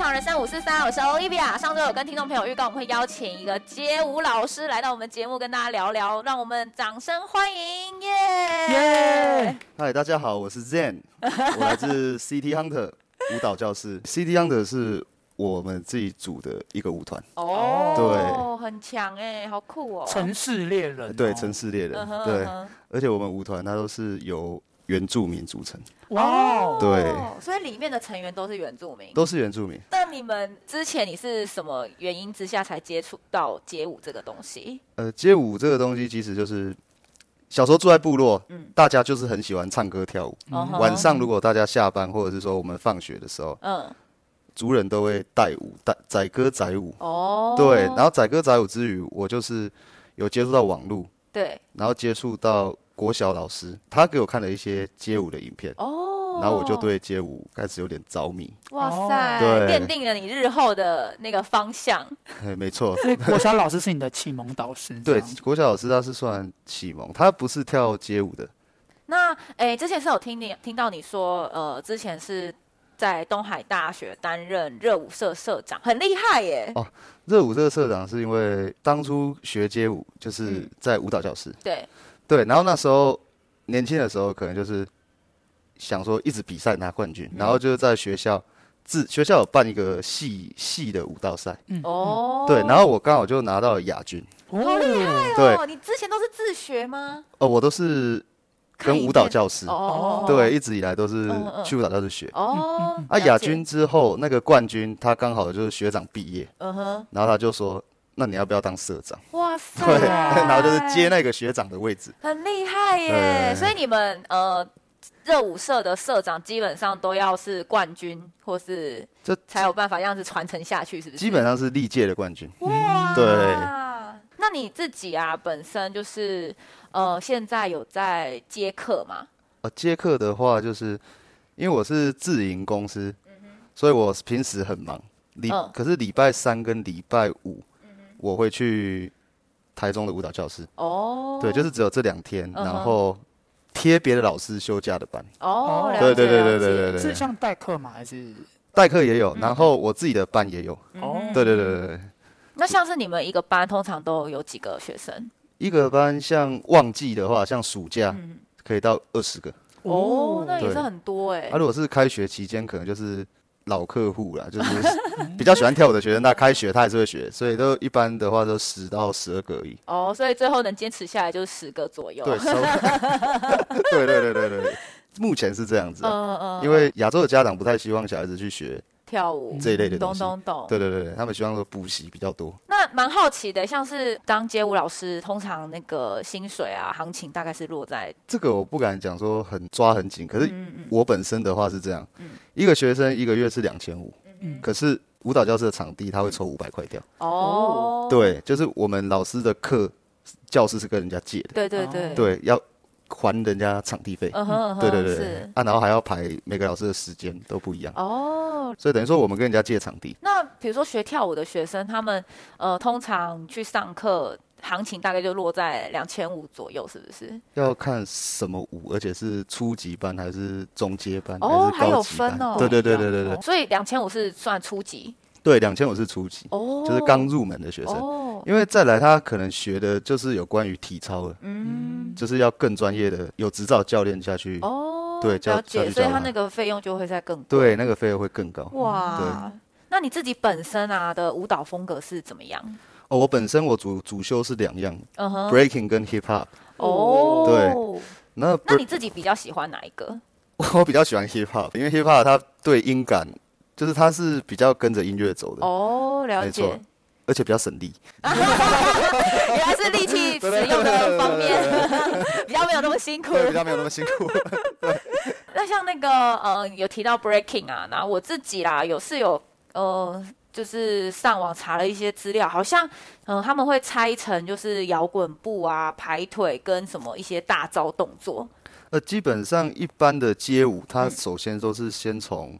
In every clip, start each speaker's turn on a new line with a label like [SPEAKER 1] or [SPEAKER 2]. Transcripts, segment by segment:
[SPEAKER 1] 浪人三五四三，我是 Olivia。上周有跟听众朋友预告，我们会邀请一个街舞老师来到我们节目，跟大家聊聊，让我们掌声欢迎，耶、
[SPEAKER 2] 耶！
[SPEAKER 3] 嗨，大家好，我是 Zen，我 来自 City Hunter 舞蹈教室。City Hunter 是我们自己组的一个舞团，
[SPEAKER 1] 哦，对，很强哎、好酷哦，
[SPEAKER 2] 城市猎人哦，
[SPEAKER 3] 对，城市猎人
[SPEAKER 1] 嗯，哼
[SPEAKER 3] 对
[SPEAKER 1] 嗯，哼
[SPEAKER 3] 而且我们舞团它都是由原住民组成，
[SPEAKER 2] 哇哦，
[SPEAKER 3] 对，
[SPEAKER 1] 所以里面的成员都是原住民。
[SPEAKER 3] 都是原住民。
[SPEAKER 1] 那你们之前你是什么原因之下才接触到街舞这个东西？
[SPEAKER 3] 呃，街舞这个东西其实就是小时候住在部落，
[SPEAKER 1] 嗯
[SPEAKER 3] 大家就是很喜欢唱歌跳舞。
[SPEAKER 1] 嗯哼
[SPEAKER 3] 晚上如果大家下班或者是说我们放学的时候，
[SPEAKER 1] 嗯，
[SPEAKER 3] 族人都会带舞，带载歌载舞。
[SPEAKER 1] 哦，
[SPEAKER 3] 对，然后载歌载舞之余，我就是有接触到网络。
[SPEAKER 1] 对，
[SPEAKER 3] 然后接触到国小老师，他给我看了一些街舞的影片，
[SPEAKER 1] 哦，
[SPEAKER 3] 然后我就，对街舞开始有点着迷。
[SPEAKER 1] 哇塞，
[SPEAKER 3] 哦对
[SPEAKER 1] 奠定了你日后的那个方向。
[SPEAKER 3] 嘿没错，
[SPEAKER 2] 所以国小老师是你的启蒙导师，
[SPEAKER 3] 对
[SPEAKER 2] 这样，
[SPEAKER 3] 国小老师他是算启蒙，他不是跳街舞的，
[SPEAKER 1] 那诶，之前是有听你听到你说，呃，之前是在东海大学担任热舞社社长，很厉害耶。
[SPEAKER 3] 热舞这个社长是因为当初学街舞就是
[SPEAKER 1] 嗯
[SPEAKER 3] 在舞蹈教室，
[SPEAKER 1] 对，
[SPEAKER 3] 对，然后那时候年轻的时候可能就是想说一直比赛拿冠
[SPEAKER 1] 嗯
[SPEAKER 3] 军，然后就是在学校自学校有办一个系系的舞蹈赛，
[SPEAKER 1] 哦，
[SPEAKER 3] 嗯对，然后我刚好就拿到了亚军，
[SPEAKER 1] 好厉
[SPEAKER 2] 哦，
[SPEAKER 1] 哎
[SPEAKER 3] 对
[SPEAKER 1] 呦，你之前都是自学吗？
[SPEAKER 3] 哦，我都是
[SPEAKER 1] 看
[SPEAKER 3] 跟
[SPEAKER 1] 影
[SPEAKER 3] 舞蹈
[SPEAKER 1] 片
[SPEAKER 3] 教室，
[SPEAKER 1] 哦，
[SPEAKER 3] 嗯对，，一直以来都是
[SPEAKER 1] 嗯嗯
[SPEAKER 3] 去舞蹈教室学。
[SPEAKER 1] 哦，
[SPEAKER 3] 啊，
[SPEAKER 1] 了
[SPEAKER 3] 亚
[SPEAKER 1] 解，
[SPEAKER 3] 军之后那个冠军，他刚好就是学长毕业，
[SPEAKER 1] 嗯哼，
[SPEAKER 3] 然后他就说：“那你要不要当社长
[SPEAKER 1] 哇？”塞，
[SPEAKER 3] 对， 然后就是接那个学长的位置。
[SPEAKER 1] 很厉害耶！
[SPEAKER 3] 对
[SPEAKER 1] 所以你们呃，热舞社的社长基本上都要是冠军，或是
[SPEAKER 3] 这
[SPEAKER 1] 才有办法这样子传承下去，是不是？
[SPEAKER 3] 基本上是历届的冠军。
[SPEAKER 1] 哇，
[SPEAKER 3] 嗯对。
[SPEAKER 1] 那你自己啊，本身就是呃，现在有在接课吗？
[SPEAKER 3] 呃，接客的话，就是因为我是自营公司，所以我平时很忙。礼
[SPEAKER 1] 嗯
[SPEAKER 3] 可是礼拜三跟礼拜五，我会去台中的舞蹈教室。
[SPEAKER 1] 哦，
[SPEAKER 3] 对，就是只有这两天，
[SPEAKER 1] 嗯哼
[SPEAKER 3] 然后贴别的老师休假的班。
[SPEAKER 1] 哦，了解
[SPEAKER 3] 对对对对
[SPEAKER 1] 了解
[SPEAKER 3] 对对对。
[SPEAKER 2] 是像代课吗？还是
[SPEAKER 3] 代课也
[SPEAKER 1] 嗯
[SPEAKER 3] 有，然后我自己的班也有。
[SPEAKER 2] 哦，
[SPEAKER 3] 对对对对对，
[SPEAKER 1] 那像是你们一个班通常都有几个学生？
[SPEAKER 3] 一个班像旺季的话，像暑假
[SPEAKER 1] 嗯
[SPEAKER 3] 可以到二十个，
[SPEAKER 1] 哦，那也是
[SPEAKER 3] 对
[SPEAKER 1] 很多哎
[SPEAKER 3] 啊，。如果是开学期间，可能就是老客 户啦，就是比较喜欢跳舞的学生，那开学他还是会学，所以都一般的话都十到十二个而已。
[SPEAKER 1] 哦，所以最后能坚持下来就是十个左右。啊
[SPEAKER 3] 对，稍 微对对对对对对，目前是这样子啊、
[SPEAKER 1] 嗯嗯，
[SPEAKER 3] 因为亚洲的家长不太希望小孩子去学
[SPEAKER 1] 跳舞
[SPEAKER 3] 这一类的东
[SPEAKER 1] 懂
[SPEAKER 3] 西，
[SPEAKER 1] 懂懂。
[SPEAKER 3] 对对对对，他们希望说补习比较多。
[SPEAKER 1] 那蛮好奇的，像是当街舞老师，通常那个薪水啊、行情大概是落在
[SPEAKER 3] 这个我不敢讲说很抓很紧，可是
[SPEAKER 1] 嗯嗯
[SPEAKER 3] 我本身的话是这样，一个学生一个月是两千五，
[SPEAKER 1] 嗯
[SPEAKER 3] 可是舞蹈教室的场地他会抽五百块掉，
[SPEAKER 1] 哦，
[SPEAKER 3] 对，就是我们老师的课教室是跟人家借的，
[SPEAKER 1] 对对对，
[SPEAKER 3] 对，要还人家场地费，
[SPEAKER 1] 嗯哼嗯哼，
[SPEAKER 3] 对对对
[SPEAKER 1] 是，
[SPEAKER 3] 啊，然后还要排每个老师的时间都不一样，
[SPEAKER 1] 哦。
[SPEAKER 3] 所以等于说我们跟人家借场地，
[SPEAKER 1] 那比如说学跳舞的学生，他们呃通常去上课，行情大概就落在两千五左右，是不是？
[SPEAKER 3] 要看什么舞，而且是初级班还是中阶班
[SPEAKER 1] 哦，
[SPEAKER 3] 还
[SPEAKER 1] 还
[SPEAKER 3] 是
[SPEAKER 1] 有
[SPEAKER 3] 高级
[SPEAKER 1] 分
[SPEAKER 3] 班，
[SPEAKER 1] 哦，
[SPEAKER 3] 对对对对对对
[SPEAKER 1] 哦所以两千五是算初级
[SPEAKER 3] 对，两千五是初级，
[SPEAKER 1] 哦，
[SPEAKER 3] 就是刚入门的学生。
[SPEAKER 1] 哦，
[SPEAKER 3] 因为再来他可能学的就是有关于体操了，
[SPEAKER 1] 嗯，
[SPEAKER 3] 就是要更专业的有执照教练下去，
[SPEAKER 1] 哦，
[SPEAKER 3] 嗯对教
[SPEAKER 1] 了
[SPEAKER 3] 教
[SPEAKER 1] 解，
[SPEAKER 3] 育
[SPEAKER 1] 所以
[SPEAKER 3] 教
[SPEAKER 1] 他
[SPEAKER 3] 他
[SPEAKER 1] 那个费用就会再更贵。
[SPEAKER 3] 对，那个费用会更高。
[SPEAKER 1] 哇，那你自己本身啊的舞蹈风格是怎么样？
[SPEAKER 3] 哦，我本身我主主修是两样、
[SPEAKER 1] 嗯哼，
[SPEAKER 3] breaking 跟 hip hop，
[SPEAKER 1] 哦，
[SPEAKER 3] 对，那
[SPEAKER 1] 那
[SPEAKER 3] break,
[SPEAKER 1] 你自己比较喜欢哪一个？
[SPEAKER 3] 我比较喜欢 hip hop，因为 hip hop 它对音感，就是它是比较跟着音乐走的，
[SPEAKER 1] 哦，了
[SPEAKER 3] 没
[SPEAKER 1] 解
[SPEAKER 3] 错，而且比较 省力。
[SPEAKER 1] 原来是力气使用的方面比较没有那么辛苦。
[SPEAKER 3] 对，比较没有那么辛苦。
[SPEAKER 1] 那像那个呃，有提到 breaking 啊，然后我自己啦，有是有呃，就是上网查了一些资料，好像嗯、呃他们会拆成就是摇滚步啊、排腿跟什么一些大招动作。
[SPEAKER 3] 呃，基本上一般的街舞，它
[SPEAKER 1] 嗯
[SPEAKER 3] 首先都是先从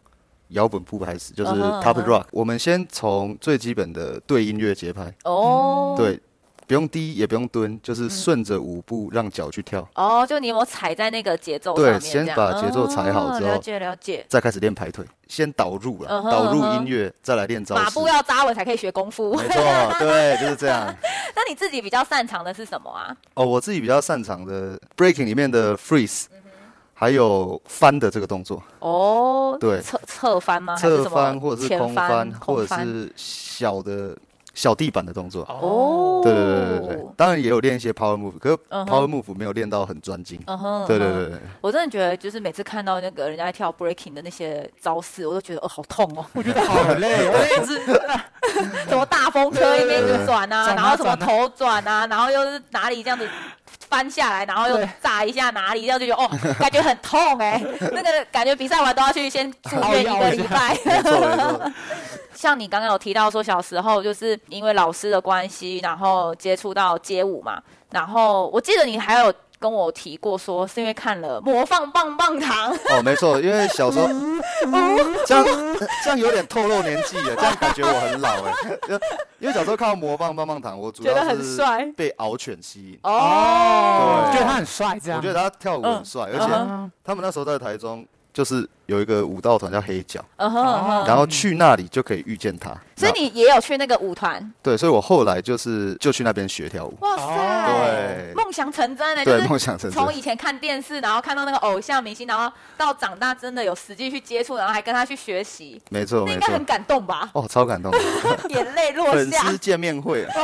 [SPEAKER 3] 摇滚步开始，就是
[SPEAKER 1] 嗯哼嗯
[SPEAKER 3] top
[SPEAKER 1] 哼
[SPEAKER 3] rock。我们先从最基本的对音乐节拍，
[SPEAKER 1] 哦，嗯
[SPEAKER 3] 对，不用低也不用蹲，就是顺着舞步让脚去跳，
[SPEAKER 1] 哦，就你有没有踩在那个节奏上
[SPEAKER 3] 对
[SPEAKER 1] 面这样？
[SPEAKER 3] 先把节奏踩好之
[SPEAKER 1] 哦、了
[SPEAKER 3] 后
[SPEAKER 1] 解了解。
[SPEAKER 3] 再开始练排腿，先导入了
[SPEAKER 1] 嗯，哼
[SPEAKER 3] 导入
[SPEAKER 1] 嗯哼
[SPEAKER 3] 音乐，再来练招
[SPEAKER 1] 马
[SPEAKER 3] 式。
[SPEAKER 1] 步要扎稳才可以学功夫。
[SPEAKER 3] 没错，对，就是这样。
[SPEAKER 1] 那你自己比较擅长的是什么啊？
[SPEAKER 3] 哦，我自己比较擅长的 breaking 里面的 freeze，、还
[SPEAKER 1] 嗯
[SPEAKER 3] 有翻的这个动作，
[SPEAKER 1] 哦，
[SPEAKER 3] 对
[SPEAKER 1] 侧侧翻吗？还是
[SPEAKER 3] 侧
[SPEAKER 1] 什么
[SPEAKER 3] 翻或者是
[SPEAKER 1] 前
[SPEAKER 3] 空
[SPEAKER 1] 翻，
[SPEAKER 3] 或
[SPEAKER 1] 空
[SPEAKER 3] 者
[SPEAKER 1] 翻
[SPEAKER 3] 是小的小地板的动作。
[SPEAKER 1] 哦，
[SPEAKER 3] 对对对对对，当然也有练一些 power move，可是
[SPEAKER 1] 嗯哼
[SPEAKER 3] power move 没有练到很专精。
[SPEAKER 1] 嗯哼，
[SPEAKER 3] 对对
[SPEAKER 1] 嗯哼
[SPEAKER 3] 对对，
[SPEAKER 1] 我真的觉得，就是每次看到那个人家在跳 breaking 的那些招式，我都觉得哦，好痛 哦，
[SPEAKER 2] 我觉得好累，我一直
[SPEAKER 1] 什么大风车一边转啊，
[SPEAKER 2] 转啊
[SPEAKER 1] 然后什么
[SPEAKER 2] 转啊
[SPEAKER 1] 头转啊，然后又是哪里这样子翻下来，然后又
[SPEAKER 2] 对
[SPEAKER 1] 炸一下哪里，这样就觉得哦， 感觉很痛哎、那个感觉比赛完都要去先住院一个礼拜。
[SPEAKER 3] 没错没错。
[SPEAKER 1] 像你刚刚有提到说，小时候就是因为老师的关系，然后接触到街舞嘛。然后我记得你还有跟我提过说，是因为看了《魔放棒棒糖》，
[SPEAKER 3] 哦，没错，因为小时 候这样这样有点透露年纪了，这样感觉我很老哎。因为小时候看到魔棒棒棒糖，我主
[SPEAKER 1] 觉得
[SPEAKER 3] 要
[SPEAKER 1] 很
[SPEAKER 3] 是
[SPEAKER 1] 帅
[SPEAKER 3] 被敖犬吸引。
[SPEAKER 1] 哦，
[SPEAKER 3] 对
[SPEAKER 2] 觉得他很帅，这样。
[SPEAKER 3] 我觉得他跳舞
[SPEAKER 1] 嗯
[SPEAKER 3] 很帅，而且
[SPEAKER 2] 啊
[SPEAKER 3] 他们那时候在台中，就是有一个舞蹈团叫黑脚，
[SPEAKER 1] 嗯哼嗯哼。
[SPEAKER 3] 然后去那里就可以遇见他。
[SPEAKER 1] 所以
[SPEAKER 3] 那
[SPEAKER 1] 你也有去那个舞团，
[SPEAKER 3] 对，所以我后来就是就去那边学跳舞。
[SPEAKER 1] 哇塞，
[SPEAKER 3] 对
[SPEAKER 1] 梦想成真欸呢，就
[SPEAKER 3] 对，
[SPEAKER 1] 是
[SPEAKER 3] 梦想成真
[SPEAKER 1] 从。以前看电视，然后看到那个偶像明星，然后到长大真的有实际去接触，然后还跟他去学习，
[SPEAKER 3] 没错，
[SPEAKER 1] 那
[SPEAKER 3] 没
[SPEAKER 1] 应该
[SPEAKER 3] 错
[SPEAKER 1] 很。感动 吧？
[SPEAKER 3] 哦，超感动，
[SPEAKER 1] 眼泪落
[SPEAKER 3] 粉
[SPEAKER 1] 下，
[SPEAKER 3] 丝见面会啊，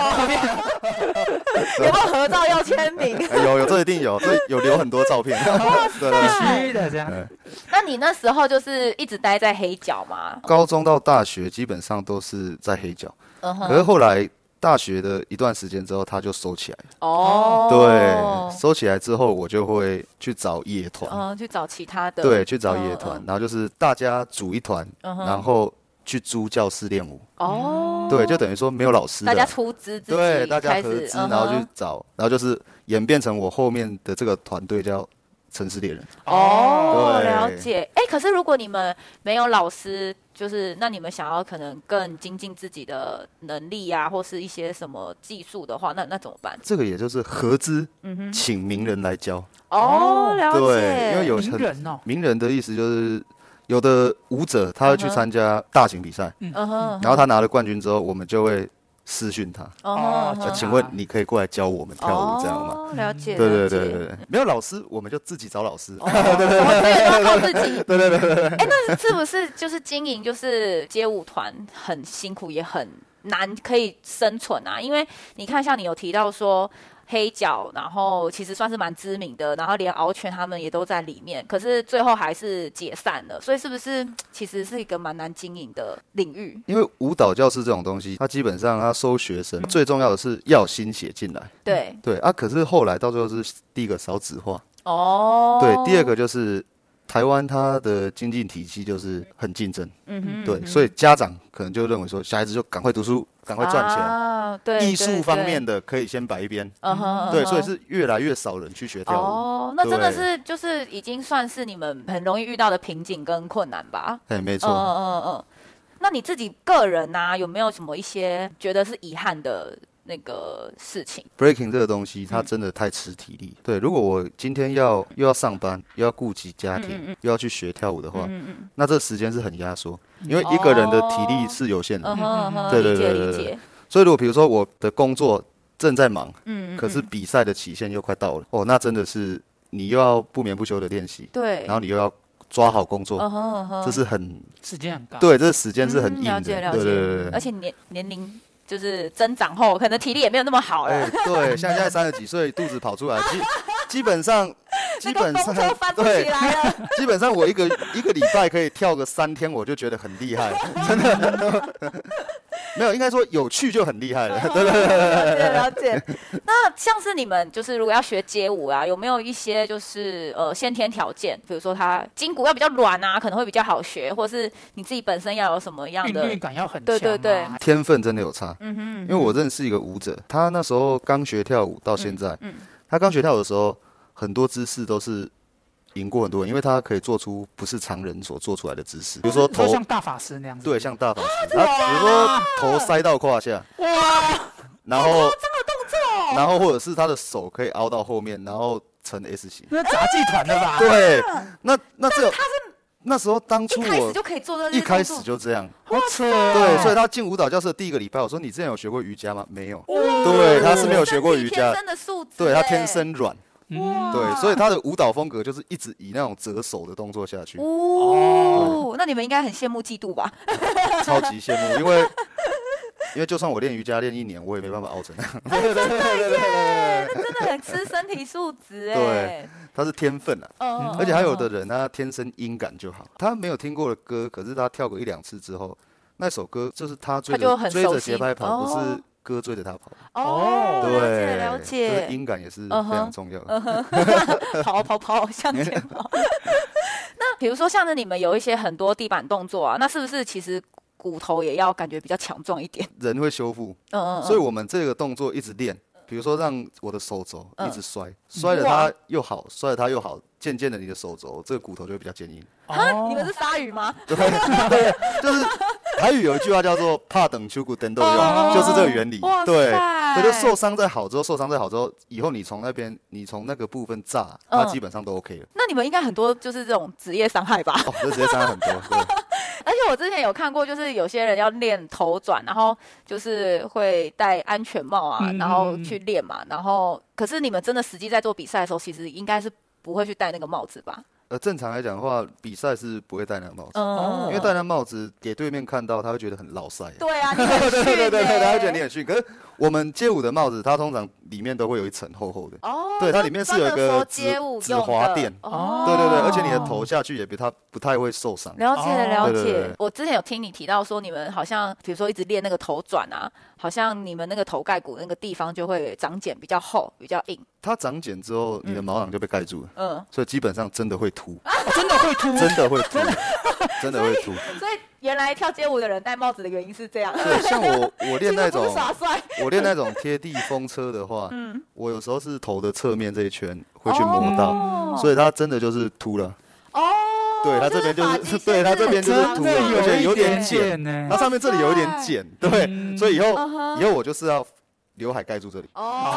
[SPEAKER 1] 有没有合照要签名？
[SPEAKER 3] 哎有有这一定有，这有留很多照片。对对 对
[SPEAKER 2] 必须的这样。
[SPEAKER 1] 那你那时候就是一直待在黑角吗？
[SPEAKER 3] 高中到大学基本上都是在黑脚，
[SPEAKER 1] 嗯
[SPEAKER 3] 可是后来大学的一段时间之后，他就收起来了。
[SPEAKER 1] 哦，
[SPEAKER 3] 对，，收起来之后，我就会去找夜团，
[SPEAKER 1] 嗯，去找其他的，
[SPEAKER 3] 对，去找夜
[SPEAKER 1] 嗯
[SPEAKER 3] 团，，然后就是大家组一团，
[SPEAKER 1] 嗯哼
[SPEAKER 3] 然后去租教室练舞。
[SPEAKER 1] 嗯哦，
[SPEAKER 3] 对，就等于说没有老师
[SPEAKER 1] 大家
[SPEAKER 3] 的，
[SPEAKER 1] 出资自己
[SPEAKER 3] 对，大家
[SPEAKER 1] 开
[SPEAKER 3] 合
[SPEAKER 1] 始
[SPEAKER 3] 资，
[SPEAKER 1] 嗯哼
[SPEAKER 3] 然后去找，然后就是演变成我后面的这个团队叫城市猎人。
[SPEAKER 1] 哦，
[SPEAKER 3] 对
[SPEAKER 1] 了解。哎，可是如果你们没有老师，就是那你们想要可能更精进自己的能力啊，或是一些什么技术的话，那那怎么办？
[SPEAKER 3] 这个也就是合资，
[SPEAKER 1] 嗯
[SPEAKER 3] 请名人来教。
[SPEAKER 1] 哦，了解。
[SPEAKER 3] 对，因为有
[SPEAKER 2] 名
[SPEAKER 3] 很
[SPEAKER 2] 人哦，
[SPEAKER 3] 名人的意思就是，有的舞者他会去
[SPEAKER 1] 嗯哼
[SPEAKER 3] 参加大型比赛，
[SPEAKER 1] 嗯哼，
[SPEAKER 3] 然后他拿了冠军之后，我们就会私讯他，
[SPEAKER 1] 哦
[SPEAKER 2] 哦
[SPEAKER 3] 呃
[SPEAKER 2] 啊
[SPEAKER 3] 请问你可以过来教我们跳舞这样吗？
[SPEAKER 1] 哦，了解。
[SPEAKER 3] 对对
[SPEAKER 1] 了解
[SPEAKER 3] 对对对，没有老师我们就自己找老师。
[SPEAKER 1] 我这个都要靠自己。对对对对。哎，那是不是就是经营就是街舞团很辛苦也很难可以生存啊？因为你看，像你有提到说。黑脚，然后其实算是蛮知名的，然后连敖犬他们也都在里面，可是最后还是解散了，所以是不是其实是一个蛮难经营的领域？
[SPEAKER 3] 因为舞蹈教室这种东西，它基本上它收学生，最重要的是要有新血进来。
[SPEAKER 1] 对，
[SPEAKER 3] 对啊，可是后来到最后是第一个少子化，
[SPEAKER 1] 哦，
[SPEAKER 3] 对，第二，个就是台湾它的经济体系就是很竞争，
[SPEAKER 1] 嗯哼，
[SPEAKER 3] 对，所以家长可能就认为说小孩子就赶快读书，赶快赚钱，
[SPEAKER 1] 啊、对，
[SPEAKER 3] 艺术方面
[SPEAKER 1] 的，
[SPEAKER 3] 的可以先摆一边，
[SPEAKER 1] 嗯哼，
[SPEAKER 3] 对，
[SPEAKER 1] 嗯哼
[SPEAKER 3] 所以是越来越少人去学跳舞，
[SPEAKER 1] 哦，那真的
[SPEAKER 3] 对
[SPEAKER 1] 是就是已经算是你们很容易遇到的瓶颈跟困难吧？
[SPEAKER 3] 哎，没
[SPEAKER 1] 嗯
[SPEAKER 3] 错，
[SPEAKER 1] 嗯嗯嗯。那你自己个人呢、有没有什么一些觉得是遗憾的那个事情？
[SPEAKER 3] breaking 这个东西，
[SPEAKER 1] 嗯
[SPEAKER 3] 它真的太吃体力。对，如果我今天要又要上班，又要顾及家
[SPEAKER 1] 嗯
[SPEAKER 3] 庭，又要去学跳舞的话，那这时间是很压缩，因为一个人的体力是有限的。
[SPEAKER 1] 嗯哼嗯哼，
[SPEAKER 3] 对对
[SPEAKER 1] 理解
[SPEAKER 3] 对对
[SPEAKER 1] 理
[SPEAKER 3] 对
[SPEAKER 1] 解。
[SPEAKER 3] 所以如果比如说我的工作正在忙，
[SPEAKER 1] 嗯
[SPEAKER 3] 可是比赛的期限又快到了，哦，那真的是你又要不眠不休的练习，
[SPEAKER 1] 对
[SPEAKER 3] 然，后你又要抓好工作，
[SPEAKER 1] 嗯哼嗯哼，
[SPEAKER 3] 这是很
[SPEAKER 2] 时间很高。，
[SPEAKER 3] 对，这时间是很
[SPEAKER 1] 嗯
[SPEAKER 3] 硬
[SPEAKER 1] 了
[SPEAKER 3] 的，
[SPEAKER 1] 解
[SPEAKER 3] 对
[SPEAKER 1] 了
[SPEAKER 3] 对对
[SPEAKER 1] 解
[SPEAKER 3] 对。
[SPEAKER 1] 而
[SPEAKER 3] 对。
[SPEAKER 1] 且年年龄就是增长后，可能体力也没有那么好了。
[SPEAKER 3] 哎，对，像现在三十几岁，肚子跑出来，基基本上，基
[SPEAKER 1] 那个
[SPEAKER 3] 本
[SPEAKER 1] 风车
[SPEAKER 3] 上
[SPEAKER 1] 翻不起
[SPEAKER 3] 对，
[SPEAKER 1] 来了，
[SPEAKER 3] 基本上我一个 一个礼拜可以跳个三天，我就觉得很厉害， 真的。 没有，应该说有趣就很厉害了。
[SPEAKER 2] 啊
[SPEAKER 3] 对
[SPEAKER 1] 了解了解。那像是你们就是如果要学街舞啊，有没有一些就是呃先天条件，比如说他筋骨要比较软啊，可能会比较好学，或是你自己本身要有什么样
[SPEAKER 2] 韵
[SPEAKER 1] 的
[SPEAKER 2] 律感要很强
[SPEAKER 1] 对
[SPEAKER 2] 啊。
[SPEAKER 1] 对对
[SPEAKER 3] 天分真的有差。
[SPEAKER 2] 嗯
[SPEAKER 3] 因为我认识一个舞者，他那时候刚学跳舞到现在，
[SPEAKER 2] 嗯
[SPEAKER 3] 他刚学跳舞的时候，很多姿势都是赢过很多人，因为他可以做出不是常人所做出来的姿势，比如说
[SPEAKER 2] 就
[SPEAKER 3] 头。
[SPEAKER 2] 像哦大法哦师那样子。
[SPEAKER 3] 对，像大啊
[SPEAKER 2] 哦
[SPEAKER 3] 法师，他比如说头塞到胯下，
[SPEAKER 1] 哇
[SPEAKER 3] 然后然后或者是他的手可以凹到后面，然后成 S 型。
[SPEAKER 2] 那杂技团的
[SPEAKER 1] 啊
[SPEAKER 2] 吧？
[SPEAKER 3] 对，那那这那时候当初
[SPEAKER 1] 一开始
[SPEAKER 3] 我
[SPEAKER 1] 就可以做到这
[SPEAKER 3] 一
[SPEAKER 1] 些
[SPEAKER 3] 开
[SPEAKER 1] 动作，
[SPEAKER 3] 始就这样，
[SPEAKER 2] 好扯哦。
[SPEAKER 3] 对，所以他进舞蹈教室的第一个礼拜，我说你之前有学过瑜伽吗？没有，
[SPEAKER 1] 哇
[SPEAKER 3] 对他是没有学过瑜伽
[SPEAKER 1] 天生的素质，
[SPEAKER 3] 对他
[SPEAKER 1] 欸
[SPEAKER 3] 天，生软，
[SPEAKER 2] 嗯
[SPEAKER 3] 对，所以他的舞蹈风格就是一直以那种折手的动作下去，
[SPEAKER 1] 哦，那你们应该很羡慕嫉妒 吧？
[SPEAKER 3] 超级羡慕，因为因为就算我练瑜伽练一年，我也没办法凹成那样，
[SPEAKER 2] 对对对对对对
[SPEAKER 1] 那真的很吃身体素质哎、
[SPEAKER 3] 对他是天分啊。
[SPEAKER 1] 嗯，嗯
[SPEAKER 3] 而且还有的，人他天生音感就好，他没有听过的歌，可是他跳个一两次之后，那首歌就是他追
[SPEAKER 1] 他就
[SPEAKER 3] 着
[SPEAKER 1] 很
[SPEAKER 3] 追
[SPEAKER 1] 熟
[SPEAKER 3] 着
[SPEAKER 1] 悉
[SPEAKER 3] 节拍跑，不
[SPEAKER 1] 哦
[SPEAKER 3] 是歌追着他跑。
[SPEAKER 1] 哦，了解
[SPEAKER 3] 对，
[SPEAKER 1] 了
[SPEAKER 3] 就是
[SPEAKER 1] 解，
[SPEAKER 3] 音感也是
[SPEAKER 1] 嗯哼
[SPEAKER 3] 非常重要的。
[SPEAKER 1] 跑跑跑 向前跑。那比如说像是你们有一些很多地板动作啊，那是不是其实骨头也要感觉比较强壮一点？
[SPEAKER 3] 人会修复，
[SPEAKER 1] 嗯嗯，嗯
[SPEAKER 3] 所以我们这个动作一直练，比如说让我的手肘一
[SPEAKER 1] 嗯
[SPEAKER 3] 直摔，摔了
[SPEAKER 1] 哇
[SPEAKER 3] 它又好，摔了它又好，渐渐的你的手肘这个骨头就会比较坚硬。
[SPEAKER 2] 哦
[SPEAKER 1] 哈，你们是鲨鱼吗？
[SPEAKER 3] 对，对，就是台语有一句话叫做“怕等秋骨等斗用”，
[SPEAKER 1] 哦
[SPEAKER 3] 就是这个原理
[SPEAKER 1] 哇。
[SPEAKER 3] 对，
[SPEAKER 1] 塞
[SPEAKER 3] 所以就受伤再好之后，受伤再好之后，以后你从那边，你从那个部分炸，它
[SPEAKER 1] 嗯
[SPEAKER 3] 基本上都 OK 了。
[SPEAKER 1] 那你们应该很多就是这种职业伤害 吧？
[SPEAKER 3] 哦，这直接伤害很多。 对，
[SPEAKER 1] 而且哎我之前有看过，就是有些人要练头转，然后就是会戴安全帽啊，
[SPEAKER 2] 嗯
[SPEAKER 1] 然后去练嘛。然后，可是你们真的实际在做比赛的时候，其实应该是不会去戴那个帽子吧？
[SPEAKER 3] 呃，正常来讲的话，比赛是不会戴那个帽子，
[SPEAKER 1] 嗯，
[SPEAKER 3] 因为戴那帽子给对面看到，他会觉得很老塞。
[SPEAKER 1] 对 啊，你很逊
[SPEAKER 3] 对对对对，
[SPEAKER 1] 耶
[SPEAKER 3] 他会觉得你很逊。可是我们街舞的帽子，它通常里面都会有一层厚厚的。
[SPEAKER 1] 哦，
[SPEAKER 3] 对，它里面是有一
[SPEAKER 1] 专门说
[SPEAKER 3] 个
[SPEAKER 1] 街舞
[SPEAKER 3] 紫
[SPEAKER 1] 用的
[SPEAKER 3] 滑垫。
[SPEAKER 1] 哦，
[SPEAKER 3] 对对对，而且你的
[SPEAKER 2] 哦
[SPEAKER 3] 头下去也比它不太会受伤。
[SPEAKER 1] 了解
[SPEAKER 2] 哦
[SPEAKER 1] 了
[SPEAKER 3] 对对对
[SPEAKER 1] 解。我之前有听你提到说，你们好像比如说一直练那个头转啊，好像你们那个头盖骨那个地方就会长茧比较厚，比较硬。
[SPEAKER 3] 它长茧之后，你的毛囊就被盖住了，
[SPEAKER 1] 嗯，
[SPEAKER 3] 所以基本上真的会秃，
[SPEAKER 2] 哦真的会秃，
[SPEAKER 3] 真的会秃，真的会秃。
[SPEAKER 1] 所以原来跳街舞的人戴帽子的原因是这样。
[SPEAKER 3] 对，像我我练那
[SPEAKER 1] 其实不
[SPEAKER 3] 种
[SPEAKER 1] 是耍帅，
[SPEAKER 3] 我练那种贴地风车的话，我有时候是头的侧面这一圈会去磨到，
[SPEAKER 1] 哦
[SPEAKER 3] 所以它真的就是秃了。
[SPEAKER 1] 哦，
[SPEAKER 3] 对它这边就是对它这边就是
[SPEAKER 2] 真
[SPEAKER 3] 秃
[SPEAKER 2] 的
[SPEAKER 3] 了而且有
[SPEAKER 2] 有一
[SPEAKER 3] 点
[SPEAKER 2] 点
[SPEAKER 3] 茧
[SPEAKER 2] 茧呢
[SPEAKER 3] 它。上面这里有一点
[SPEAKER 1] 哇塞
[SPEAKER 3] 茧，对，
[SPEAKER 2] 嗯
[SPEAKER 3] 所以以后
[SPEAKER 1] 嗯哼
[SPEAKER 3] 以后我就是要刘海盖住这里。
[SPEAKER 1] 哦，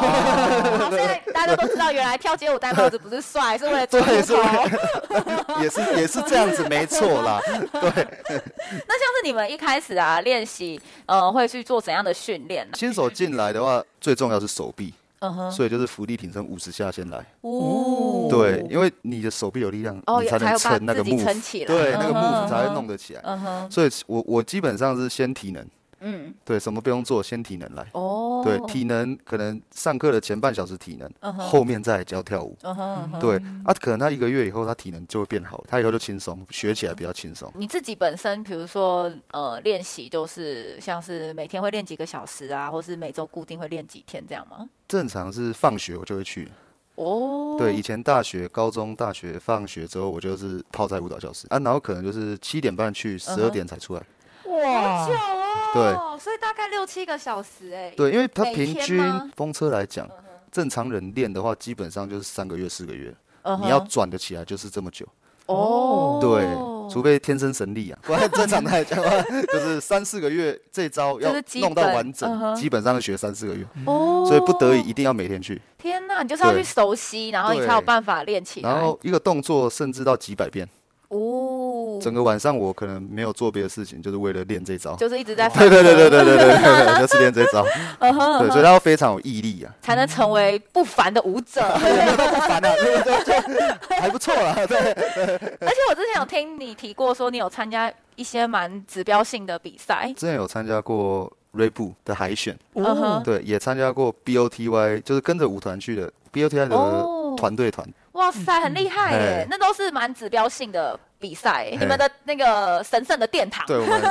[SPEAKER 1] 好，现 在大家都知道，原来跳街舞戴帽子不是帅， 是为了出
[SPEAKER 3] 对，是
[SPEAKER 1] 头。
[SPEAKER 3] 也是也是这样子，没错啦。
[SPEAKER 1] 那像是你们一开始啊练习，呃，会去做怎样的训练呢？
[SPEAKER 3] 新手进来的话，最重要是手臂，
[SPEAKER 1] 嗯哼，
[SPEAKER 3] 所以就是浮力挺身五十下先来。
[SPEAKER 1] 哦，
[SPEAKER 3] 对，因为你的手臂有力量，
[SPEAKER 1] 哦
[SPEAKER 3] 你
[SPEAKER 1] 才
[SPEAKER 3] 才能
[SPEAKER 1] 有把
[SPEAKER 3] 撑那个
[SPEAKER 1] 自己
[SPEAKER 3] move，
[SPEAKER 1] 撑起来
[SPEAKER 3] 对，
[SPEAKER 1] 嗯
[SPEAKER 3] 那个
[SPEAKER 1] 哼
[SPEAKER 3] move
[SPEAKER 1] 嗯
[SPEAKER 3] 才会
[SPEAKER 1] 哼
[SPEAKER 3] 弄得起来。
[SPEAKER 1] 嗯哼，
[SPEAKER 3] 所以我我基本上是先体能，
[SPEAKER 1] 嗯，
[SPEAKER 3] 对，什么不用做，先体能来。
[SPEAKER 1] 哦，
[SPEAKER 3] 对，体能可能上课的前半小时体能，
[SPEAKER 1] 嗯哼
[SPEAKER 3] 后面再来教跳舞。
[SPEAKER 1] 嗯哼，嗯哼，
[SPEAKER 3] 对，啊，可能他一个月以后他体能就会变好，他以后就轻松，学起来比较轻松。
[SPEAKER 1] 你自己本身，比如说，呃，练习就是像是每天会练几个小时啊，或是每周固定会练几天这样吗？
[SPEAKER 3] 正常是放学我就会去，
[SPEAKER 1] 哦，
[SPEAKER 3] 对，以前大学、高中、大学放学之后，我就是泡在舞蹈教室啊，然后可能就是七点半去，十
[SPEAKER 1] 嗯
[SPEAKER 3] 二
[SPEAKER 1] 哼
[SPEAKER 3] 点才出来。
[SPEAKER 2] 哇
[SPEAKER 1] 久，哦，
[SPEAKER 3] 对，
[SPEAKER 1] 所以大概六七个小时哎、
[SPEAKER 3] 对，因为他
[SPEAKER 1] 每
[SPEAKER 3] 平
[SPEAKER 1] 天
[SPEAKER 3] 均
[SPEAKER 1] 吗嗯
[SPEAKER 3] 风车来讲，正常人练的话，基本上就是三个月、四个月，
[SPEAKER 1] 嗯哼，
[SPEAKER 3] 你要转得起来就是这么久。
[SPEAKER 1] 哦，
[SPEAKER 3] 对，除非天生 神力啊，不然正常来讲的话，就是三四个月这招要
[SPEAKER 1] 就是基
[SPEAKER 3] 弄到
[SPEAKER 1] 本
[SPEAKER 3] 完
[SPEAKER 1] 嗯
[SPEAKER 3] 整，
[SPEAKER 1] 哼
[SPEAKER 3] 基本上是学三四个月，
[SPEAKER 1] 哦，
[SPEAKER 3] 所以不得已一定要每天去，
[SPEAKER 1] 天哪，你就是要
[SPEAKER 3] 对
[SPEAKER 1] 去熟悉，然后你
[SPEAKER 3] 对
[SPEAKER 1] 才有办法练起来。
[SPEAKER 3] 然后一个动作甚至到几百遍，
[SPEAKER 1] 哦，
[SPEAKER 3] 整个晚上我可能没有做别的事情，就是为了练这招。
[SPEAKER 1] 就是一直在
[SPEAKER 3] 对对对对对对对对对，就是练这招。
[SPEAKER 1] 嗯
[SPEAKER 3] 对，所以他要非常有毅 力啊，
[SPEAKER 1] 才能成为不凡的舞者。
[SPEAKER 3] 不烦啊，对对对， 还不错啦。对，
[SPEAKER 1] 而且我之前有听你提过，说你有参加一些蛮指标性的比赛。
[SPEAKER 3] 之前有参加过 r e b u 的海选，
[SPEAKER 1] 嗯
[SPEAKER 2] 哦
[SPEAKER 1] 哼，
[SPEAKER 3] 对，也参加过 BOTY，就是跟着舞团去的 BOTY
[SPEAKER 1] 哦
[SPEAKER 3] 的团队团。
[SPEAKER 1] 哇塞，很厉害耶
[SPEAKER 3] 嗯嘿！
[SPEAKER 1] 那都是蛮指标性的比赛耶，
[SPEAKER 3] 嘿
[SPEAKER 1] 你们的那个神圣的殿堂。
[SPEAKER 3] 对我们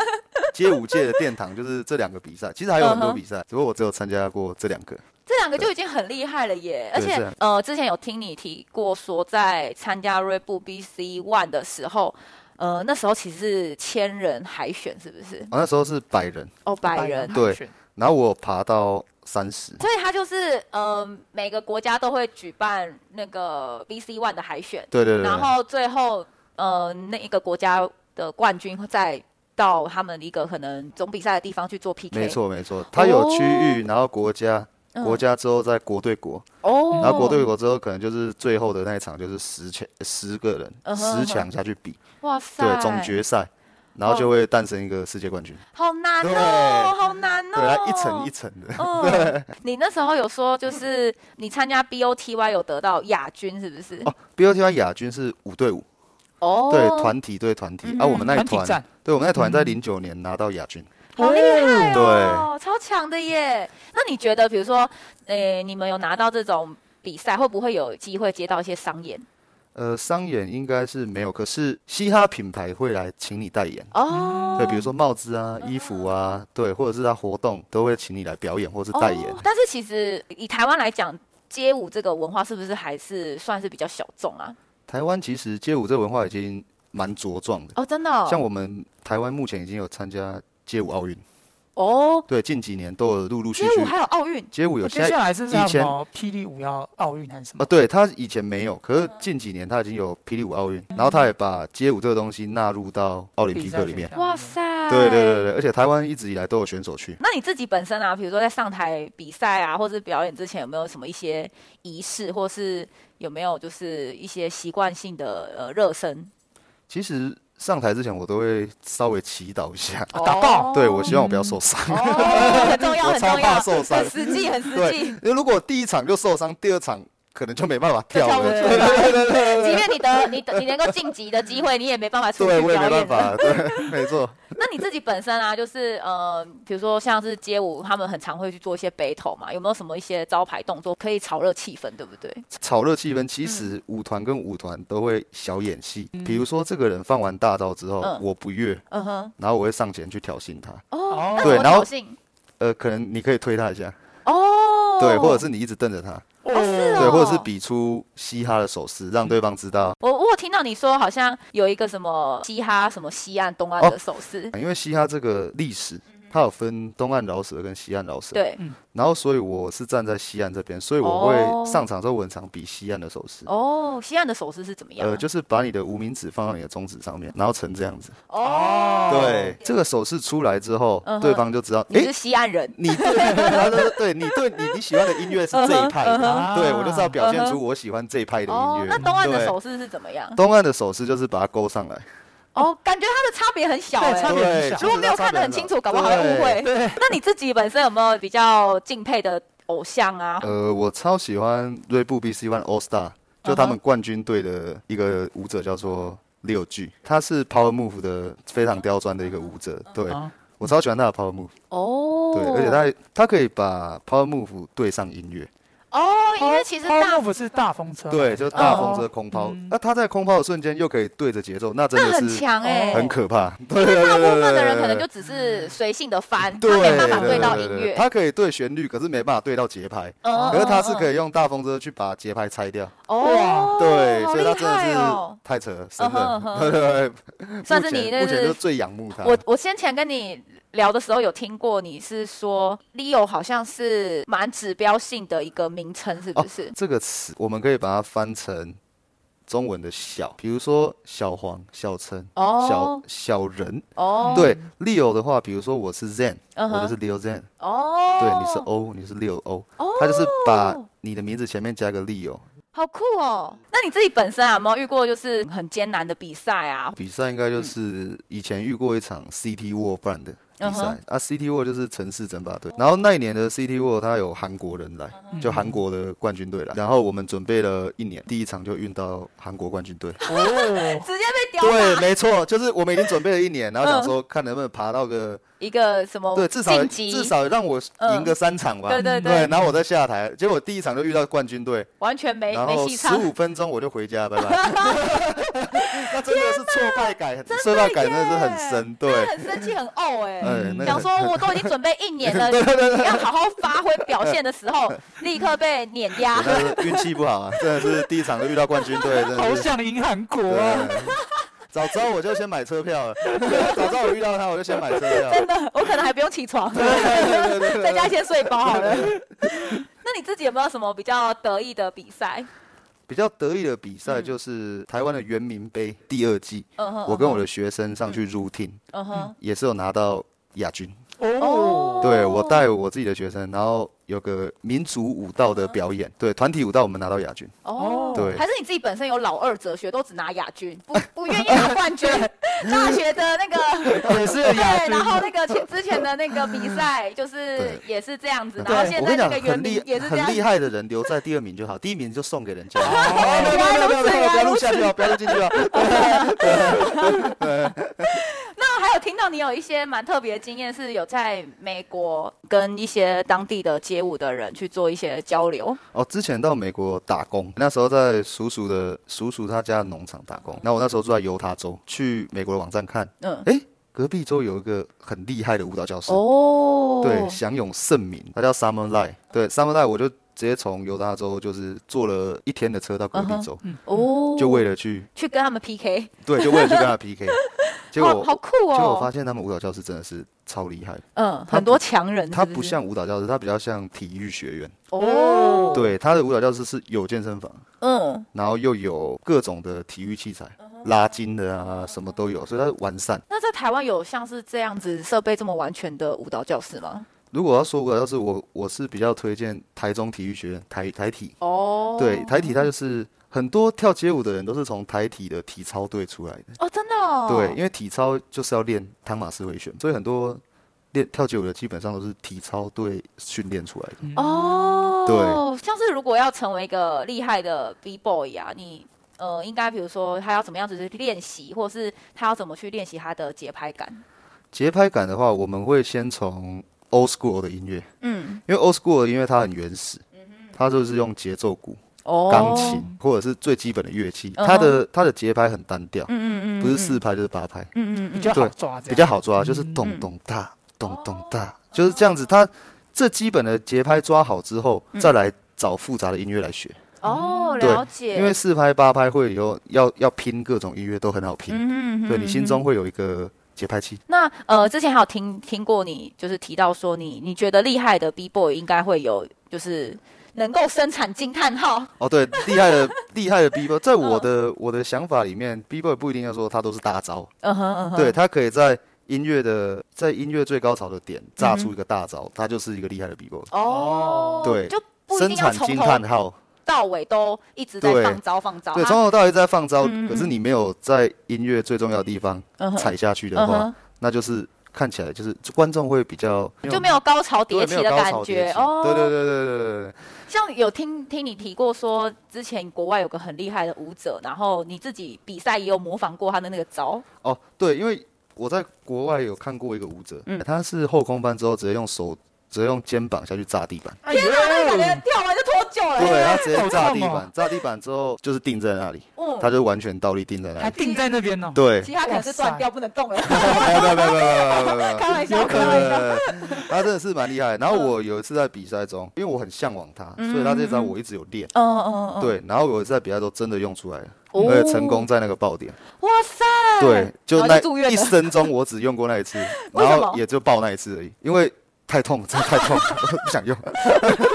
[SPEAKER 3] 街舞界的殿堂就是这两个比赛，其实还有很多
[SPEAKER 1] 嗯哼
[SPEAKER 3] 比赛，只不过我只有参加过这两个。
[SPEAKER 1] 这两个就已经很厉害了耶！而
[SPEAKER 3] 对是
[SPEAKER 1] 且
[SPEAKER 3] 啊
[SPEAKER 1] 呃，之前有听你提过说，在参加 r e b u BC One 的时候，呃，那时候其实是千人海选，是不是？
[SPEAKER 3] 我那时候是百人，
[SPEAKER 1] 哦，百人。
[SPEAKER 3] 对然后我爬到三十。
[SPEAKER 1] 所以他就是呃，每个国家都会举办那个 BC One 的海选，
[SPEAKER 3] 对对对对。
[SPEAKER 1] 然后最后呃，那一个国家的冠军会再到他们一个可能总比赛的地方去做 PK。
[SPEAKER 3] 没错没错，它有区域，然后国家，
[SPEAKER 1] 哦嗯
[SPEAKER 3] 国家之后再国对国，
[SPEAKER 1] 哦，
[SPEAKER 3] 然后国对国之后可能就是最后的那一场就是十强十个人
[SPEAKER 1] 嗯哼
[SPEAKER 3] 十强下去比，
[SPEAKER 1] 哇塞，
[SPEAKER 3] 对总决赛，然后
[SPEAKER 1] 哦
[SPEAKER 3] 就会诞生一个世界冠军，
[SPEAKER 1] 好难哦，
[SPEAKER 3] 对
[SPEAKER 1] 好难哦，
[SPEAKER 3] 对，它一层一层的，
[SPEAKER 1] 嗯， 你那时候有说，就是你参加 BOTY 有得到亚军，是不是？
[SPEAKER 3] 哦，BOTY 亚军是五对五，
[SPEAKER 1] 哦嗯
[SPEAKER 3] 对团体对团体，啊，我们那一
[SPEAKER 2] 团体
[SPEAKER 3] 团
[SPEAKER 2] 战，
[SPEAKER 3] 对我们那一团在零九年拿到亚军，
[SPEAKER 1] 好厉害哦，
[SPEAKER 3] 对
[SPEAKER 1] 超强的耶。那你觉得，比如说，诶，你们有拿到这种比赛，会不会有机会接到一些商演？
[SPEAKER 3] 呃，商演应该是没有，可是嘻哈品牌会来请你代言。
[SPEAKER 1] 哦，
[SPEAKER 3] 对，比如说帽子啊、衣服啊，对，或者是他活动都会请你来表演或是代言
[SPEAKER 1] 哦。但是其实以台湾来讲，街舞这个文化是不是还是算是比较小众啊？
[SPEAKER 3] 台湾其实街舞这文化已经蛮茁壮的，
[SPEAKER 1] 哦，真的、哦。
[SPEAKER 3] 像我们台湾目前已经有参加街舞奥运，
[SPEAKER 1] 哦，
[SPEAKER 3] 对，近几年都有陆陆续
[SPEAKER 1] 街舞
[SPEAKER 3] 续
[SPEAKER 1] 还有奥运
[SPEAKER 3] 街舞有
[SPEAKER 2] 接
[SPEAKER 3] 现
[SPEAKER 2] 下
[SPEAKER 3] 在
[SPEAKER 2] 来是不是还有
[SPEAKER 3] 以前
[SPEAKER 2] 什么霹雳舞要奥运还是什
[SPEAKER 3] 啊，
[SPEAKER 2] 么？
[SPEAKER 3] 对，他以前没有，可是近几年他已经有霹雳舞奥运，然后他也把街舞这个东西纳入到奥林匹克里面。
[SPEAKER 1] 哇塞！
[SPEAKER 3] 对对对对，而且台湾一直以来都有选手去。
[SPEAKER 1] 那你自己本身啊，比如说在上台比赛啊，或者表演之前，有没有什么一些仪式，或是有没有就是一些习惯性的呃热身？
[SPEAKER 3] 其实上台之前我都会稍微祈祷一下，
[SPEAKER 2] 啊打爆
[SPEAKER 3] 对我希望我不要受伤。
[SPEAKER 1] 哦，很重要，
[SPEAKER 3] 我
[SPEAKER 1] 很
[SPEAKER 3] 超
[SPEAKER 1] 重要
[SPEAKER 3] 怕，受伤
[SPEAKER 1] 很实际，很实
[SPEAKER 3] 对
[SPEAKER 1] 际。
[SPEAKER 3] 因为如果第一场就受伤，第二场可能就没办法
[SPEAKER 1] 就
[SPEAKER 3] 跳
[SPEAKER 1] 跳不
[SPEAKER 3] 了。
[SPEAKER 1] 出
[SPEAKER 3] 对
[SPEAKER 1] 来，即便你得你得你能够晋级的机会，你也没办法出去
[SPEAKER 3] 对，
[SPEAKER 1] 表
[SPEAKER 3] 我也
[SPEAKER 1] 演
[SPEAKER 3] 没办
[SPEAKER 1] 了。
[SPEAKER 3] 法。对，没错。
[SPEAKER 1] 那你自己本身啊，就是呃，比如说像是街舞，他们很常会去做一些 battle 嘛，有没有什么一些招牌动作可以炒热气氛，对不对？
[SPEAKER 3] 炒热气氛，其
[SPEAKER 1] 嗯
[SPEAKER 3] 实舞团跟舞团都会小演戏。比如说，这个人放完大招之后，
[SPEAKER 1] 嗯
[SPEAKER 3] 我不悦，
[SPEAKER 1] 嗯哼，
[SPEAKER 3] 然后我会上前去挑衅他。
[SPEAKER 1] 哦，那
[SPEAKER 2] 对
[SPEAKER 1] 怎么
[SPEAKER 3] 然后
[SPEAKER 1] 挑衅
[SPEAKER 3] 呃，可能你可以推他一下，
[SPEAKER 1] 哦，
[SPEAKER 3] 对，或者是你一直瞪着他，
[SPEAKER 1] 哦是哦，
[SPEAKER 3] 对，或者是比出嘻哈的手势，让对方知道。
[SPEAKER 1] 我我有听到你说好像有一个什么嘻哈什么西岸东岸
[SPEAKER 3] 哦
[SPEAKER 1] 的手势，
[SPEAKER 3] 因为嘻哈这个历史，它有分东岸饶舌跟西岸饶舌。
[SPEAKER 1] 对，
[SPEAKER 2] 嗯
[SPEAKER 3] 然后，所以我是站在西岸这边，所以我
[SPEAKER 1] 哦
[SPEAKER 3] 会上场之后，我很常比西岸的手势。
[SPEAKER 1] 哦，西岸的手势是怎么样啊？
[SPEAKER 3] 呃，就是把你的无名指放到你的中指上面，然后成这样子。
[SPEAKER 1] 哦，
[SPEAKER 3] 对，这个手势出来之后，
[SPEAKER 1] 嗯哼
[SPEAKER 3] 对方就知道，
[SPEAKER 1] 你
[SPEAKER 3] 诶，
[SPEAKER 1] 是西岸人，
[SPEAKER 3] 你对， 然后就是对你对你你喜欢的音乐是这一派
[SPEAKER 1] 嗯哼
[SPEAKER 3] 的，
[SPEAKER 2] 啊
[SPEAKER 3] 对我就是要表现
[SPEAKER 1] 嗯
[SPEAKER 3] 出
[SPEAKER 1] 哼
[SPEAKER 3] 我喜欢这一派的
[SPEAKER 1] 哦
[SPEAKER 3] 音，
[SPEAKER 1] 那。
[SPEAKER 3] 乐
[SPEAKER 1] 东岸的
[SPEAKER 3] 对
[SPEAKER 1] 手势是怎么样？
[SPEAKER 3] 东岸的手势就是把它勾上来，
[SPEAKER 1] 哦，感觉它的差别很小
[SPEAKER 2] 对
[SPEAKER 1] 哎
[SPEAKER 2] 差。别很
[SPEAKER 3] 对
[SPEAKER 2] 小，
[SPEAKER 1] 如果没有看得很清楚，搞不好还会误会。
[SPEAKER 3] 对。
[SPEAKER 1] 那你自己本身有没有比较敬佩的偶像啊？嗯
[SPEAKER 3] 呃，我超喜欢锐步 BC One All Star，就他们冠军队的一个舞者叫做六 G，他是 Power Move 的非常刁钻的一个舞
[SPEAKER 1] 嗯
[SPEAKER 3] 者，对
[SPEAKER 2] 啊
[SPEAKER 3] 我超喜欢他的 Power Move。
[SPEAKER 1] 哦，
[SPEAKER 3] 呃对，而且他他可以把 Power Move 对上音乐，
[SPEAKER 1] 哦，因为其实
[SPEAKER 2] 抛
[SPEAKER 1] 大
[SPEAKER 2] 幕不是大风车，
[SPEAKER 3] 对，就是大风车
[SPEAKER 2] 哦
[SPEAKER 3] 空抛。那他在空抛的瞬间又可以对着节奏，那真
[SPEAKER 1] 那
[SPEAKER 3] 的
[SPEAKER 1] 很
[SPEAKER 3] 是
[SPEAKER 1] 强哎，
[SPEAKER 3] 很可怕。对对
[SPEAKER 1] 大
[SPEAKER 3] 对
[SPEAKER 1] 部分
[SPEAKER 3] 对
[SPEAKER 1] 的人
[SPEAKER 3] 对
[SPEAKER 1] 可能
[SPEAKER 3] 对
[SPEAKER 1] 就只是随性的翻，他
[SPEAKER 3] 对
[SPEAKER 1] 没办法
[SPEAKER 3] 对
[SPEAKER 1] 对到
[SPEAKER 3] 对
[SPEAKER 1] 音
[SPEAKER 3] 对
[SPEAKER 1] 乐。
[SPEAKER 3] 他可以对旋律，可是没办法对到节拍。
[SPEAKER 1] 嗯
[SPEAKER 3] 可是他是可
[SPEAKER 1] 以
[SPEAKER 3] 以用大风车去把节拍拆掉，
[SPEAKER 1] 哦，
[SPEAKER 3] 对，
[SPEAKER 1] 好
[SPEAKER 3] 所以他
[SPEAKER 1] 厉
[SPEAKER 3] 真的
[SPEAKER 1] 害哦
[SPEAKER 3] 是！太扯了，真
[SPEAKER 1] 嗯哼嗯
[SPEAKER 3] 的，
[SPEAKER 1] 哼
[SPEAKER 3] 对对对，
[SPEAKER 1] 算
[SPEAKER 3] 目
[SPEAKER 1] 是你
[SPEAKER 3] 前
[SPEAKER 1] 那
[SPEAKER 3] 目前就是最仰慕他。
[SPEAKER 1] 我我先前跟你聊的时候有听过，你是说 Leo 好像是蛮指标性的一个名称，是不是？
[SPEAKER 3] 这个词我们可以把它翻成中文的小，比如说小黄、小陈、小
[SPEAKER 1] 哦
[SPEAKER 3] 小人，
[SPEAKER 1] 哦
[SPEAKER 3] 对，Leo 的话，比如说我是 Zen，、
[SPEAKER 1] 嗯哼
[SPEAKER 3] 我就是 Leo Zen，、
[SPEAKER 1] 哦，
[SPEAKER 3] 对，你是 O，你是 Leo O，、
[SPEAKER 1] 哦
[SPEAKER 3] 他就是把你的名字前面加个 Leo。
[SPEAKER 1] 好酷哦！那你自己本身啊，有没有遇过就是很艰难的比赛啊？
[SPEAKER 3] 比赛应该就是以前遇过一场 CT World 办的比
[SPEAKER 1] 嗯
[SPEAKER 3] 赛、
[SPEAKER 1] 哼
[SPEAKER 3] 啊，CT World 就是城市争霸队，然后那一年的 CT World 它有韩国人来，
[SPEAKER 1] 嗯
[SPEAKER 3] 就韩国的冠军队来，然后我们准备了一年，第一场就运到韩国冠军队。
[SPEAKER 2] 哦，
[SPEAKER 1] 直接被屌
[SPEAKER 3] 对，
[SPEAKER 1] 打
[SPEAKER 3] 没错，就是我们已经准备了一
[SPEAKER 1] 嗯
[SPEAKER 3] 年，然后想说看能不能爬到个
[SPEAKER 1] 一个什么
[SPEAKER 3] 对，至少
[SPEAKER 1] 哦晋级，
[SPEAKER 3] 至少让我赢个三场吧。
[SPEAKER 1] 对对
[SPEAKER 3] 对，
[SPEAKER 1] 对，
[SPEAKER 3] 然后我再下台，结果第一场就遇到冠军队，
[SPEAKER 1] 完全没
[SPEAKER 3] 然
[SPEAKER 1] 没
[SPEAKER 3] 后
[SPEAKER 1] 戏
[SPEAKER 3] 十
[SPEAKER 1] 唱。
[SPEAKER 3] 五分钟我就回 家，拜拜。那真的是挫败感，挫败感真的是很深，对
[SPEAKER 1] 他，很生气，很怄哎、
[SPEAKER 3] 嗯那个
[SPEAKER 1] 想
[SPEAKER 3] 很
[SPEAKER 1] 说我都已经准备一年 了，你要好好发挥表现的时候，立刻被碾压
[SPEAKER 3] 我。那是运气不好啊，真的是第一场就遇到冠军队，真
[SPEAKER 2] 好
[SPEAKER 3] 的是。
[SPEAKER 2] 想赢韩
[SPEAKER 1] 哦
[SPEAKER 2] 国啊！
[SPEAKER 3] 对，早知道我就先买车票了，早知道我遇到他我就先买车票了
[SPEAKER 1] 真。的， 我可能还不用起床，
[SPEAKER 3] 对对对对
[SPEAKER 1] 在
[SPEAKER 3] 对。
[SPEAKER 1] 家先睡饱好了。 那你自己有没有什么比较得意的比赛？
[SPEAKER 3] 比较得意的比赛就是台湾的圆明杯第二季，
[SPEAKER 1] 嗯嗯哼，嗯
[SPEAKER 3] 嗯我跟我的学生上去 routine，
[SPEAKER 1] 嗯哼，
[SPEAKER 3] 也是有拿到亚军。
[SPEAKER 1] 哦哦，
[SPEAKER 3] 对我带我自己的学生，然后有个民族舞蹈的表演，对团体舞蹈我们拿到亚军。
[SPEAKER 1] 哦，
[SPEAKER 3] 对
[SPEAKER 1] 还是你自己本身有老二哲学，都只拿亚军， 不不愿意拿冠军。大学的那个
[SPEAKER 2] 也是
[SPEAKER 1] 对
[SPEAKER 2] 亚，军
[SPEAKER 1] 然后那个前之前的那个比赛，就是
[SPEAKER 3] 对
[SPEAKER 1] 也是这样子，
[SPEAKER 3] 对
[SPEAKER 1] 然后
[SPEAKER 3] 我
[SPEAKER 1] 现
[SPEAKER 3] 跟
[SPEAKER 1] 在那
[SPEAKER 3] 你讲，
[SPEAKER 1] 个原
[SPEAKER 3] 很厉
[SPEAKER 1] 名也是这
[SPEAKER 3] 很
[SPEAKER 1] 样
[SPEAKER 3] 厉害的人留在第二名就好，第一名就送给人家。
[SPEAKER 2] 哦，没有没有没有没有没有
[SPEAKER 3] 不要录下去啊！不要录进去啊！
[SPEAKER 1] 那还有听到你有一些蛮特别的经验，是有在美国跟一些当地的街舞的人去做一些交流。
[SPEAKER 3] 哦，之前到美国打工，那时候在叔叔的叔叔他家的农场打工。那我那时候住在犹他州，去美国的网站看，
[SPEAKER 1] 嗯，
[SPEAKER 3] 诶，隔壁州有一个很厉害的舞蹈教室，
[SPEAKER 1] 哦，
[SPEAKER 3] 对，享有盛名，他叫 Summer Light。对，Summer Light，我就直接从犹他州就是坐了一天的车到隔壁州，
[SPEAKER 1] 哦，
[SPEAKER 3] 就为了去，
[SPEAKER 1] 去跟他们 PK，
[SPEAKER 3] 对，就为了去跟 他 PK。结
[SPEAKER 1] 好
[SPEAKER 3] 果，
[SPEAKER 1] 好酷哦。
[SPEAKER 3] 结果我发现他们舞蹈教室真的是超厉害的，
[SPEAKER 1] 嗯，
[SPEAKER 3] 他
[SPEAKER 1] 很多强人
[SPEAKER 3] 它
[SPEAKER 1] 是
[SPEAKER 3] 不
[SPEAKER 1] 是
[SPEAKER 3] 像舞蹈教室，它比较像体育学院。
[SPEAKER 1] 哦，
[SPEAKER 3] 对，它的舞蹈教室是有健身房，
[SPEAKER 1] 嗯，
[SPEAKER 3] 然后又有各种的体育器材，拉筋的啊，什么都有，所以它是完善。
[SPEAKER 1] 那在台湾有像是这样子设备这么完全的舞蹈教室吗？
[SPEAKER 3] 如果要说舞蹈教室，我我是比较推荐台中体育学院台台体，
[SPEAKER 1] 哦，
[SPEAKER 3] 对，台体它就是很多跳街舞的人都是从台体的体操队出来的，
[SPEAKER 1] 哦，真的、哦，
[SPEAKER 3] 对，因为体操就是要练汤马斯回旋，所以很多练跳街舞的基本上都是体操队训练出来的。
[SPEAKER 1] 哦，
[SPEAKER 3] 对，
[SPEAKER 1] 像是如果要成为一个厉害的 B boy 啊，你呃，应该比如说他要怎么样子去练习，或是他要怎么去练习他的节拍感？
[SPEAKER 3] 节拍感的话，我们会先从 old school 的音乐，
[SPEAKER 1] 嗯，
[SPEAKER 3] 因为 old school 的音乐它很原始，它就是用节奏鼓、
[SPEAKER 1] 哦嗯
[SPEAKER 3] 钢琴或者是最基本的乐器，它的它的节拍很单调，
[SPEAKER 1] 嗯嗯嗯，
[SPEAKER 3] 不是四拍就是八拍，
[SPEAKER 2] 比较好抓，
[SPEAKER 3] 比较好
[SPEAKER 1] 啊
[SPEAKER 3] 抓，就是
[SPEAKER 1] 嗯
[SPEAKER 3] 咚咚哒咚咚哒，就是这样子。它这基本的节拍抓好之后，
[SPEAKER 1] 嗯
[SPEAKER 3] 再来找复杂的音乐来学，
[SPEAKER 1] 哦，
[SPEAKER 3] 对
[SPEAKER 1] 了解，
[SPEAKER 3] 因为四拍八拍会以后要要拼各种音乐都很好拼，
[SPEAKER 1] 嗯
[SPEAKER 3] 对你心中会有一个节拍器。
[SPEAKER 1] 那呃，之前还有听听过你就是提到说你你觉得厉害的 B boy 应该会有就是能够生产惊叹号
[SPEAKER 3] 哦，对，厉害 的厉害的 B boy，在我
[SPEAKER 1] 哦
[SPEAKER 3] 的我的想法里面，B boy 不一定要说他都是大招，
[SPEAKER 1] 嗯哼嗯哼，
[SPEAKER 3] 对他可以在音乐的在音乐最高潮的点
[SPEAKER 1] 嗯
[SPEAKER 3] 炸出一个大招，他就是一个厉害的 B boy。
[SPEAKER 1] 哦，
[SPEAKER 3] 对
[SPEAKER 1] 就不一
[SPEAKER 3] 生
[SPEAKER 1] 定要
[SPEAKER 3] 产
[SPEAKER 1] 从
[SPEAKER 3] 惊
[SPEAKER 1] 头
[SPEAKER 3] 叹号，
[SPEAKER 1] 到尾都一直在
[SPEAKER 3] 对
[SPEAKER 1] 放招放招，
[SPEAKER 3] 对，
[SPEAKER 1] 啊
[SPEAKER 3] 从头到尾在放招，
[SPEAKER 1] 嗯嗯
[SPEAKER 3] 可是你没有在音乐最重要的地方
[SPEAKER 1] 嗯哼
[SPEAKER 3] 踩下去的
[SPEAKER 1] 嗯
[SPEAKER 3] 话
[SPEAKER 1] 哼，，
[SPEAKER 3] 那就是看起来就是观众会比较
[SPEAKER 1] 就没有高潮
[SPEAKER 3] 对
[SPEAKER 1] 迭
[SPEAKER 3] 没
[SPEAKER 1] 起
[SPEAKER 3] 有
[SPEAKER 1] 的
[SPEAKER 3] 高
[SPEAKER 1] 感
[SPEAKER 3] 潮迭
[SPEAKER 1] 觉
[SPEAKER 3] 起
[SPEAKER 1] 哦。
[SPEAKER 3] 对对对对对对对。
[SPEAKER 1] 像有听听你提过说，之前国外有个很厉害的舞者，然后你自己比赛也有模仿过他的那个招。
[SPEAKER 3] 哦，对，因为我在国外有看过一个舞者，
[SPEAKER 1] 嗯
[SPEAKER 3] 他是后空翻之后直接用手，直接用肩膀下去炸地板，
[SPEAKER 2] 哎
[SPEAKER 1] 天哪，那个感
[SPEAKER 2] 呦，
[SPEAKER 1] 觉跳完就脱臼了。
[SPEAKER 3] 对啊他直
[SPEAKER 2] 哎好
[SPEAKER 3] 接炸
[SPEAKER 2] 痛
[SPEAKER 3] 地
[SPEAKER 2] 哦
[SPEAKER 3] 板，炸地板之后就是定在那里，
[SPEAKER 1] 嗯，
[SPEAKER 3] 他就完全倒立定在那
[SPEAKER 2] 还
[SPEAKER 3] 里。
[SPEAKER 2] 定在那边哦呢，
[SPEAKER 3] 对，
[SPEAKER 1] 其他可能是断掉不能动了。
[SPEAKER 3] 没有没有没有没有没有没啊有，
[SPEAKER 1] 开玩笑，
[SPEAKER 2] 有
[SPEAKER 1] 开
[SPEAKER 2] 可
[SPEAKER 1] 玩笑。
[SPEAKER 3] 对，呃他真的是蛮厉害。然后我有一次在比赛中，因为我很向往他，所以他这招我一直有练。
[SPEAKER 1] 嗯嗯嗯嗯，嗯，
[SPEAKER 3] 对，然后我在比赛中真的用出来了，
[SPEAKER 1] 哦
[SPEAKER 3] 而且成功在那个爆点。
[SPEAKER 1] 哇塞！
[SPEAKER 3] 对，就
[SPEAKER 1] 然后
[SPEAKER 3] 那
[SPEAKER 1] 住院
[SPEAKER 3] 一
[SPEAKER 1] 了。
[SPEAKER 3] 生中我只用过那一次，
[SPEAKER 1] 为
[SPEAKER 3] 然
[SPEAKER 1] 什么
[SPEAKER 3] 后也就爆那一次而已，因为太痛，真的太痛，我不想用。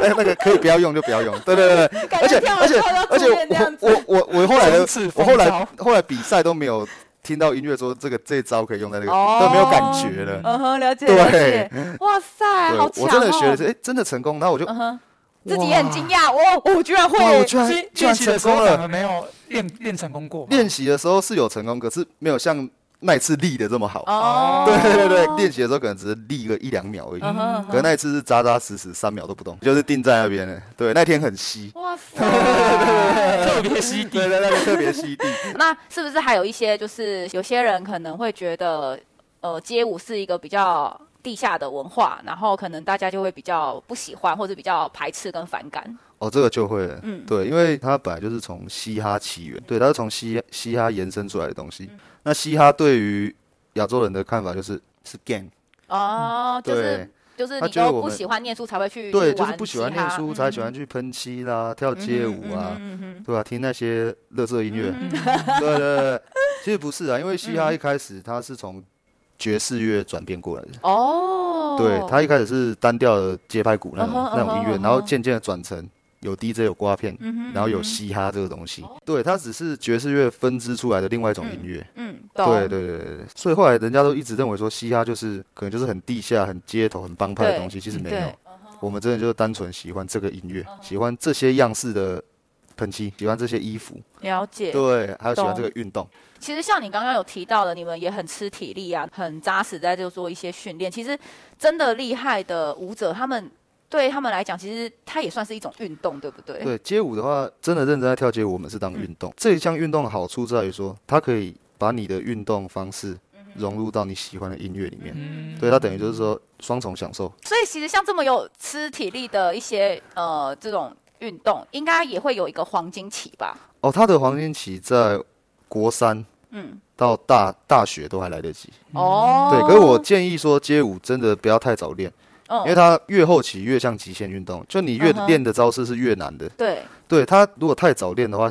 [SPEAKER 3] 那那个可以不要用就不要用，对对对对，
[SPEAKER 1] 感
[SPEAKER 3] 而且
[SPEAKER 1] 觉跳完
[SPEAKER 3] 而且
[SPEAKER 1] 之后要
[SPEAKER 3] 而
[SPEAKER 1] 住院这样
[SPEAKER 3] 且我我我我后来
[SPEAKER 2] 冲
[SPEAKER 3] 的
[SPEAKER 2] 刺
[SPEAKER 3] 我后
[SPEAKER 2] 风
[SPEAKER 3] 来
[SPEAKER 2] 骚
[SPEAKER 3] 后来比赛都没有听到音乐说这个这一招可以用在那个
[SPEAKER 1] 哦
[SPEAKER 3] 都没有感觉了。
[SPEAKER 1] 嗯哼，了解
[SPEAKER 3] 对
[SPEAKER 1] 了解。哇塞，
[SPEAKER 3] 对，
[SPEAKER 1] 好强哦！
[SPEAKER 3] 我真的学的是哎真的成功，然后我就
[SPEAKER 1] 嗯哼，自己也很惊讶，哇，我居然会
[SPEAKER 3] 哇，我居然
[SPEAKER 2] 所以
[SPEAKER 3] 居
[SPEAKER 2] 练
[SPEAKER 3] 然
[SPEAKER 2] 习的
[SPEAKER 3] 成
[SPEAKER 2] 时候
[SPEAKER 3] 功
[SPEAKER 2] 反
[SPEAKER 3] 了。
[SPEAKER 2] 而没有练练成功过，
[SPEAKER 3] 练习的时候是有成功，可是没有像那一次立的这么好。
[SPEAKER 1] 哦。
[SPEAKER 3] 对对对，练习的时候可能只是立个一两秒而已。
[SPEAKER 1] 嗯哼嗯
[SPEAKER 3] 可
[SPEAKER 1] 哼，
[SPEAKER 3] 那一次是扎扎实实三秒都不动，就是定在那边了。对，那天很稀，
[SPEAKER 1] 哇塞！
[SPEAKER 2] 特别犀利
[SPEAKER 3] 对，那天特别稀 地。
[SPEAKER 1] 那是不是还有一些，就是有些人可能会觉得，呃，街舞是一个比较地下的文化，然后可能大家就会比较不喜欢，或者比较排斥跟反感。
[SPEAKER 3] 哦，这个就会了，
[SPEAKER 1] 嗯
[SPEAKER 3] 对，因为它本来就是从嘻哈起源，对，它是从嘻嘻哈延伸出来的东
[SPEAKER 1] 嗯
[SPEAKER 3] 西。那嘻哈对于亚洲人的看法就是是 gang，
[SPEAKER 1] 哦，就是
[SPEAKER 3] 对，
[SPEAKER 1] 就是
[SPEAKER 3] 他
[SPEAKER 1] 你
[SPEAKER 3] 觉得
[SPEAKER 1] 都
[SPEAKER 3] 我
[SPEAKER 1] 不
[SPEAKER 3] 们
[SPEAKER 1] 喜欢念书才会去去
[SPEAKER 3] 对，就是
[SPEAKER 1] 玩
[SPEAKER 3] 不喜
[SPEAKER 1] 嘻
[SPEAKER 3] 欢念
[SPEAKER 1] 哈
[SPEAKER 3] 书
[SPEAKER 1] 嗯
[SPEAKER 3] 才喜欢去喷漆啦、跳街舞啊，
[SPEAKER 1] 嗯哼
[SPEAKER 3] 对吧、听那些乐色音乐，
[SPEAKER 1] 嗯
[SPEAKER 3] 对对对。其实不是啊，因为嘻哈一开始它是从爵士乐转变过来的。
[SPEAKER 1] 哦，
[SPEAKER 3] 对，它一开始是单调的节拍鼓那种、
[SPEAKER 1] 嗯哼
[SPEAKER 3] 那种音乐
[SPEAKER 1] 嗯哼
[SPEAKER 3] 然后
[SPEAKER 1] 嗯哼
[SPEAKER 3] 渐渐的转成有 DJ 有刮片，
[SPEAKER 1] 嗯哼
[SPEAKER 3] 然后有嘻哈这个东西。对，它只是爵士乐分支出来的另外一种音乐。
[SPEAKER 1] 嗯
[SPEAKER 3] 对对对对对，所以后来人家都一直认为说嘻哈就是可能就是很地下、很街头、很帮派的
[SPEAKER 1] 对嗯
[SPEAKER 3] 东西，其实没有
[SPEAKER 1] 对。，嗯
[SPEAKER 3] 我们真的就是单纯喜欢这个音乐，喜欢这些样式的喷漆，喜欢这些衣服，
[SPEAKER 1] 了解。
[SPEAKER 3] 对，还有喜欢
[SPEAKER 1] 懂
[SPEAKER 3] 这个运动。
[SPEAKER 1] 其实像你刚刚有提到的，你们也很吃体力啊，很扎实在就做一些训练。其实真的厉害的舞者，他们对他们来讲，其实它也算是一种运动，对不对？
[SPEAKER 3] 对街舞的话，真的认真在跳街舞，我们是
[SPEAKER 1] 嗯
[SPEAKER 3] 当运动。这一项运动的好处在于说，它可以把你的运动方式
[SPEAKER 1] 嗯
[SPEAKER 3] 融入到你喜欢的音乐里面，
[SPEAKER 2] 嗯，
[SPEAKER 3] 对它等于就是说双重享受。
[SPEAKER 1] 所以其实像这么有吃体力的一些呃这种运动，应该也会有一个黄金期吧？
[SPEAKER 3] 哦，它的黄金期在国三，
[SPEAKER 1] 嗯，
[SPEAKER 3] 到大大学都还来得及。
[SPEAKER 2] 嗯
[SPEAKER 1] 哦，
[SPEAKER 3] 对，可是我建议说，街舞真的不要太早练，因为
[SPEAKER 1] 嗯，
[SPEAKER 3] 它越后期越像极限运动，就你越
[SPEAKER 1] 嗯哼
[SPEAKER 3] 练的招式是越难的。
[SPEAKER 1] 对，
[SPEAKER 3] 对它如果太早练的话，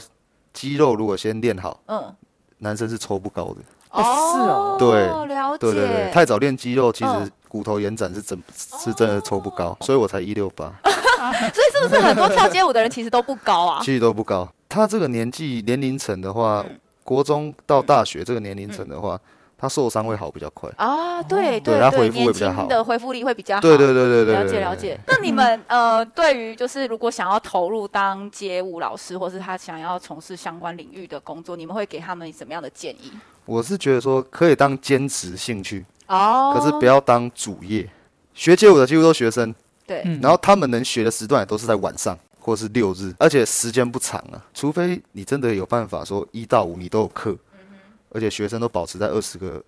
[SPEAKER 3] 肌肉如果先练好，
[SPEAKER 1] 嗯，
[SPEAKER 3] 男生是抽不高的。
[SPEAKER 2] 哦是哦
[SPEAKER 3] 对
[SPEAKER 1] 了解，
[SPEAKER 3] 对对对，太早练肌肉，其
[SPEAKER 1] 嗯哦
[SPEAKER 3] 实骨头延展是真是真的抽不高，所以我才一六八，
[SPEAKER 1] 所以是不是很多跳街舞的人其实都不高 啊？嗯
[SPEAKER 3] 其实都不高。他这个年纪年龄层的话，国中到大学这个年龄层的话，他受伤会好比较快。
[SPEAKER 1] 啊，
[SPEAKER 2] 哦
[SPEAKER 1] 对
[SPEAKER 3] 对
[SPEAKER 1] 对
[SPEAKER 3] 它恢复会
[SPEAKER 1] 年
[SPEAKER 3] 比较
[SPEAKER 1] 轻
[SPEAKER 3] 好
[SPEAKER 1] 的恢复力会比较好。
[SPEAKER 3] 对对对对对，
[SPEAKER 1] 啊了
[SPEAKER 3] 对
[SPEAKER 1] 解了。解。那你们呃，对于就是如果想要投入当街舞老师，或是他想要从事相关领域的工作，你们会给他们什么样的建议？
[SPEAKER 3] 我是觉得说可以当兼职兴趣，
[SPEAKER 1] 哦
[SPEAKER 3] 可是不要当主业。学街舞的几乎都学生，
[SPEAKER 1] 对，
[SPEAKER 2] 嗯
[SPEAKER 3] 然后他们能学的时段也都是在晚上或是六日，而且时间不长啊，除非你真的有办法说一到五你都有课，
[SPEAKER 1] 嗯
[SPEAKER 3] 而且学生都保持在二十个。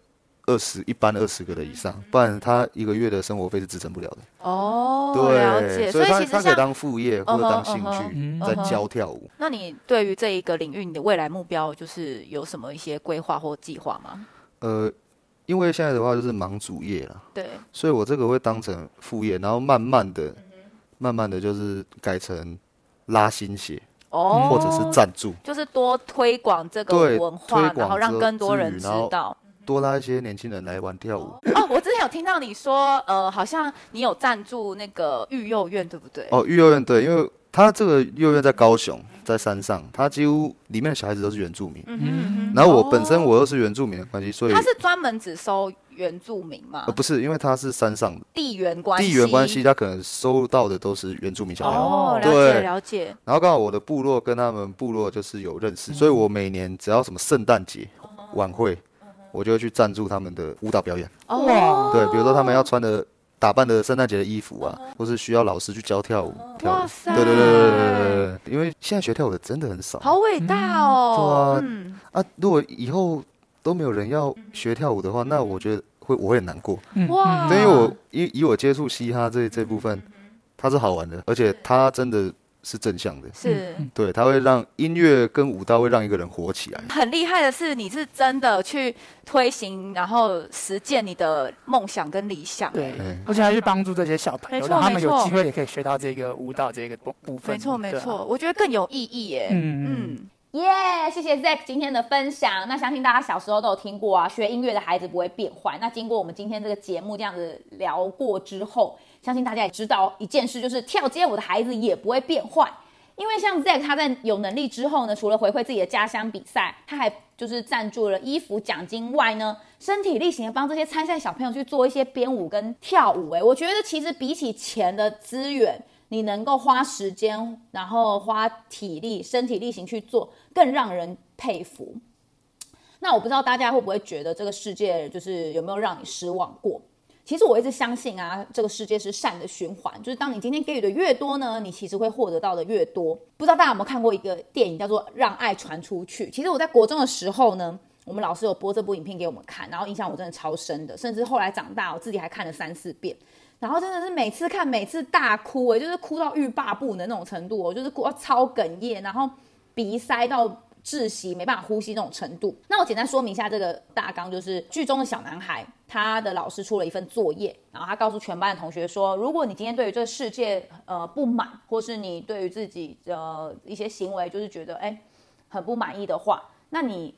[SPEAKER 3] 二十一班二十个的以
[SPEAKER 1] 嗯
[SPEAKER 3] 上，不然他一个月的生活费是支撑不了的。
[SPEAKER 1] 哦，了
[SPEAKER 3] 对，
[SPEAKER 1] 解。
[SPEAKER 3] 所
[SPEAKER 1] 所以
[SPEAKER 3] 他
[SPEAKER 1] 其
[SPEAKER 3] 他
[SPEAKER 1] 实
[SPEAKER 3] 可以
[SPEAKER 1] 像，
[SPEAKER 3] 当副业或者当兴趣
[SPEAKER 2] 嗯，
[SPEAKER 3] 在
[SPEAKER 1] 哼
[SPEAKER 3] 教跳舞。
[SPEAKER 1] 那你对于这一个领域，你的未来目标就是有什么一些规划或计划吗？
[SPEAKER 3] 呃，因为现在的话就是忙主业了，
[SPEAKER 1] 对，
[SPEAKER 3] 所以我这个会当成副业，然后慢慢的、
[SPEAKER 1] 嗯
[SPEAKER 3] 慢慢的就是改成拉新鞋
[SPEAKER 1] 哦，
[SPEAKER 3] 嗯或者是赞助。
[SPEAKER 1] 就是多推广这个
[SPEAKER 3] 对
[SPEAKER 1] 文化
[SPEAKER 3] 推，广
[SPEAKER 1] 然后让
[SPEAKER 3] 之
[SPEAKER 1] 更多
[SPEAKER 3] 之
[SPEAKER 1] 人
[SPEAKER 3] 余
[SPEAKER 1] 知
[SPEAKER 3] 然后
[SPEAKER 1] 道。
[SPEAKER 3] 多拉一些年轻人来玩跳舞。
[SPEAKER 1] 哦，我之前有听到你说，呃，好像你有赞助那个育幼院，对不对？
[SPEAKER 3] 哦，育幼院对，因为他这个幼儿园在高雄，在山上，他几乎里面的小孩子都是原住民。
[SPEAKER 1] 嗯哼嗯哼
[SPEAKER 3] 然后我本身我又是原住民的关系，所以
[SPEAKER 1] 他是专门只收原住民嘛
[SPEAKER 3] 呃，不是，因为他是山上的
[SPEAKER 1] 地缘关系，
[SPEAKER 3] 地缘关系，。他可能收到的都是原住民小孩。
[SPEAKER 1] 哦，了
[SPEAKER 3] 对
[SPEAKER 1] 解了解，
[SPEAKER 3] 然后刚好我的部落跟他们部落就是有认识，所以我每年只要什么圣诞节晚会，我就会去赞助他们的舞蹈表演。
[SPEAKER 1] 哦，
[SPEAKER 3] 对，比如说他们要穿的打扮的圣诞节的衣服啊，或是需要老师去教跳舞跳舞
[SPEAKER 1] 哇。塞，
[SPEAKER 3] 对对对对对对对，因为现在学跳舞的真的很少
[SPEAKER 1] 好伟大哦，嗯，
[SPEAKER 3] 啊。如果以后都没有人要学跳舞的话，那我觉得会我会很难过。
[SPEAKER 2] 嗯
[SPEAKER 1] 哇，
[SPEAKER 3] 对，因为我以以我接触嘻哈这这部分，它是好玩的，而且它真的是正向的。
[SPEAKER 1] 是。
[SPEAKER 3] 对，它会让音乐跟舞蹈会让一个人火起来。
[SPEAKER 1] 很厉害的是，你是真的去推行，然后实践你的梦想跟理想。
[SPEAKER 2] 对
[SPEAKER 3] 嗯，
[SPEAKER 2] 而且还去帮助这些小朋友，
[SPEAKER 1] 没错
[SPEAKER 2] 让他们有
[SPEAKER 1] 没错
[SPEAKER 2] 机会也可以学到这个舞蹈这个部部分。
[SPEAKER 1] 没错没
[SPEAKER 2] 对啊
[SPEAKER 1] 错，，我觉得更有意义耶。
[SPEAKER 2] 嗯嗯，
[SPEAKER 1] 嗯，耶、谢谢 Zack 今天的分享。那相信大家小时候都有听过啊，学音乐的孩子不会变坏。那经过我们今天这个节目这样子聊过之后，相信大家也知道一件事，就是跳街舞的孩子也不会变坏。因为像 Zack 他在有能力之后呢，除了回馈自己的家乡比赛，他还就是赞助了衣服奖金外呢，身体力行的帮这些参赛小朋友去做一些编舞跟跳舞、欸。我觉得其实比起钱的资源，你能够花时间，然后花体力、身体力行去做，更让人佩服。那我不知道大家会不会觉得这个世界就是有没有让你失望过？其实我一直相信啊，这个世界是善的循环，就是当你今天给予的越多呢，你其实会获得到的越多。不知道大家有没有看过一个电影叫做《让爱传出去》？其实我在国中的时候呢，我们老师有播这部影片给我们看，然后印象我真的超深的，甚至后来长大我自己还看了三四遍。然后真的是每次看每次大哭、欸，就是哭到欲罢不能那种程度、哦，我就是哭到超哽咽，然后鼻塞到窒息，没办法呼吸那种程度。那我简单说明一下这个大纲，就是剧中的小男孩，他的老师出了一份作业，然后他告诉全班的同学说，如果你今天对于这个世界呃不满，或是你对于自己的、呃一些行为就是觉得哎很不满意的话，那你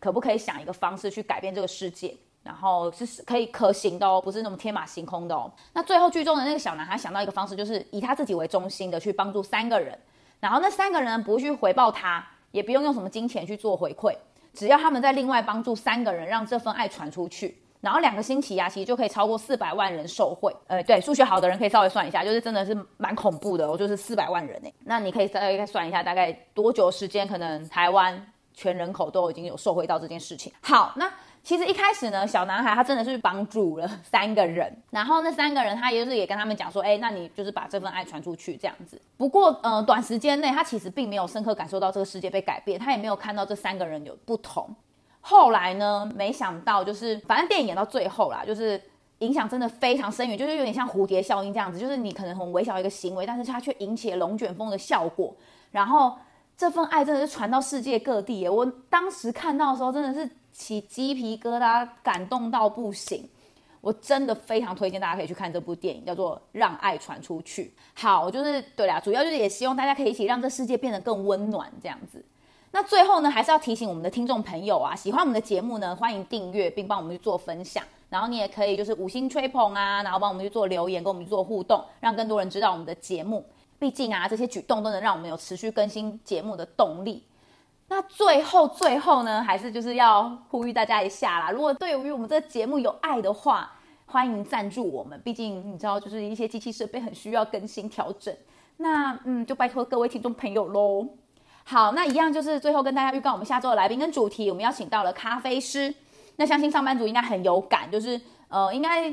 [SPEAKER 1] 可不可以想一个方式去改变这个世界？然后是可以可行的哦，不是那么天马行空的哦。那最后剧中的那个小男孩想到一个方式，就是以他自己为中心的去帮助三个人，然后那三个人不去回报他，也不用用什么金钱去做回馈，
[SPEAKER 4] 只要他们再另外帮助三个人，让这份爱传出去。然后两个星期呀、啊其实就可以超过四百万人受惠。呃，对，数学好的人可以稍微算一下，就是真的是蛮恐怖的、哦，就是四百万人呢。那你可以大概算一下，大概多久时间，可能台湾全人口都已经有受惠到这件事情。好，那其实一开始呢，小男孩他真的是帮助了三个人，然后那三个人他也就是也跟他们讲说，哎，那你就是把这份爱传出去这样子。不过，呃，短时间内他其实并没有深刻感受到这个世界被改变，他也没有看到这三个人有不同。后来呢，没想到就是，反正电影演到最后啦，就是影响真的非常深远，就是有点像蝴蝶效应这样子，就是你可能很微小一个行为，但是它却引起了龙卷风的效果。然后这份爱真的是传到世界各地耶！我当时看到的时候，真的是起鸡皮疙瘩，感动到不行。我真的非常推荐大家可以去看这部电影，叫做《让爱传出去》。好，就是对啦，主要就是也希望大家可以一起让这世界变得更温暖，这样子。那最后呢，还是要提醒我们的听众朋友啊，喜欢我们的节目呢，欢迎订阅并帮我们去做分享。然后你也可以就是五星吹捧啊，然后帮我们去做留言，跟我们去做互动，让更多人知道我们的节目。毕竟啊，这些举动都能让我们有持续更新节目的动力。那最后最后呢，还是就是要呼吁大家一下啦，如果对于我们这个节目有爱的话，欢迎赞助我们。毕竟你知道，就是一些机器设备很需要更新调整。那嗯，就拜托各位听众朋友喽。好，那一样就是最后跟大家预告我们下周的来宾跟主题，我们邀请到了咖啡师。那相信上班族应该很有感，就是呃，应该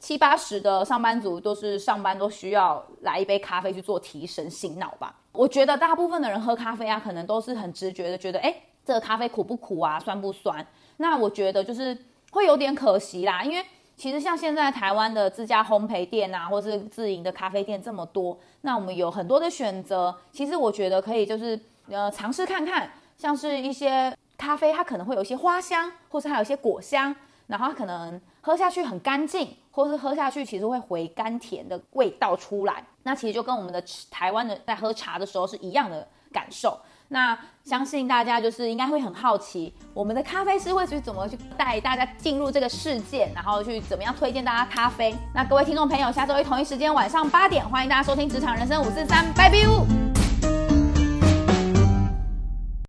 [SPEAKER 4] 七八十的上班族都是上班都需要来一杯咖啡去做提神醒脑吧。我觉得大部分的人喝咖啡啊，可能都是很直觉的觉得，哎，这个咖啡苦不苦啊，酸不酸？那我觉得就是会有点可惜啦，因为其实像现在台湾的自家烘焙店啊，或是自营的咖啡店这么多，那我们有很多的选择。其实我觉得可以就是呃尝试看看，像是一些咖啡，它可能会有一些花香，或是还有一些果香，然后它可能喝下去很干净，或是喝下去其实会回甘甜的味道出来。那其实就跟我们的台湾的在喝茶的时候是一样的感受。那相信大家就是应该会很好奇，我们的咖啡师会去怎么去带大家进入这个世界，然后去怎么样推荐大家咖啡。那各位听众朋友，下周一同一时间晚上八点，欢迎大家收听《职场人生五四三》，拜拜。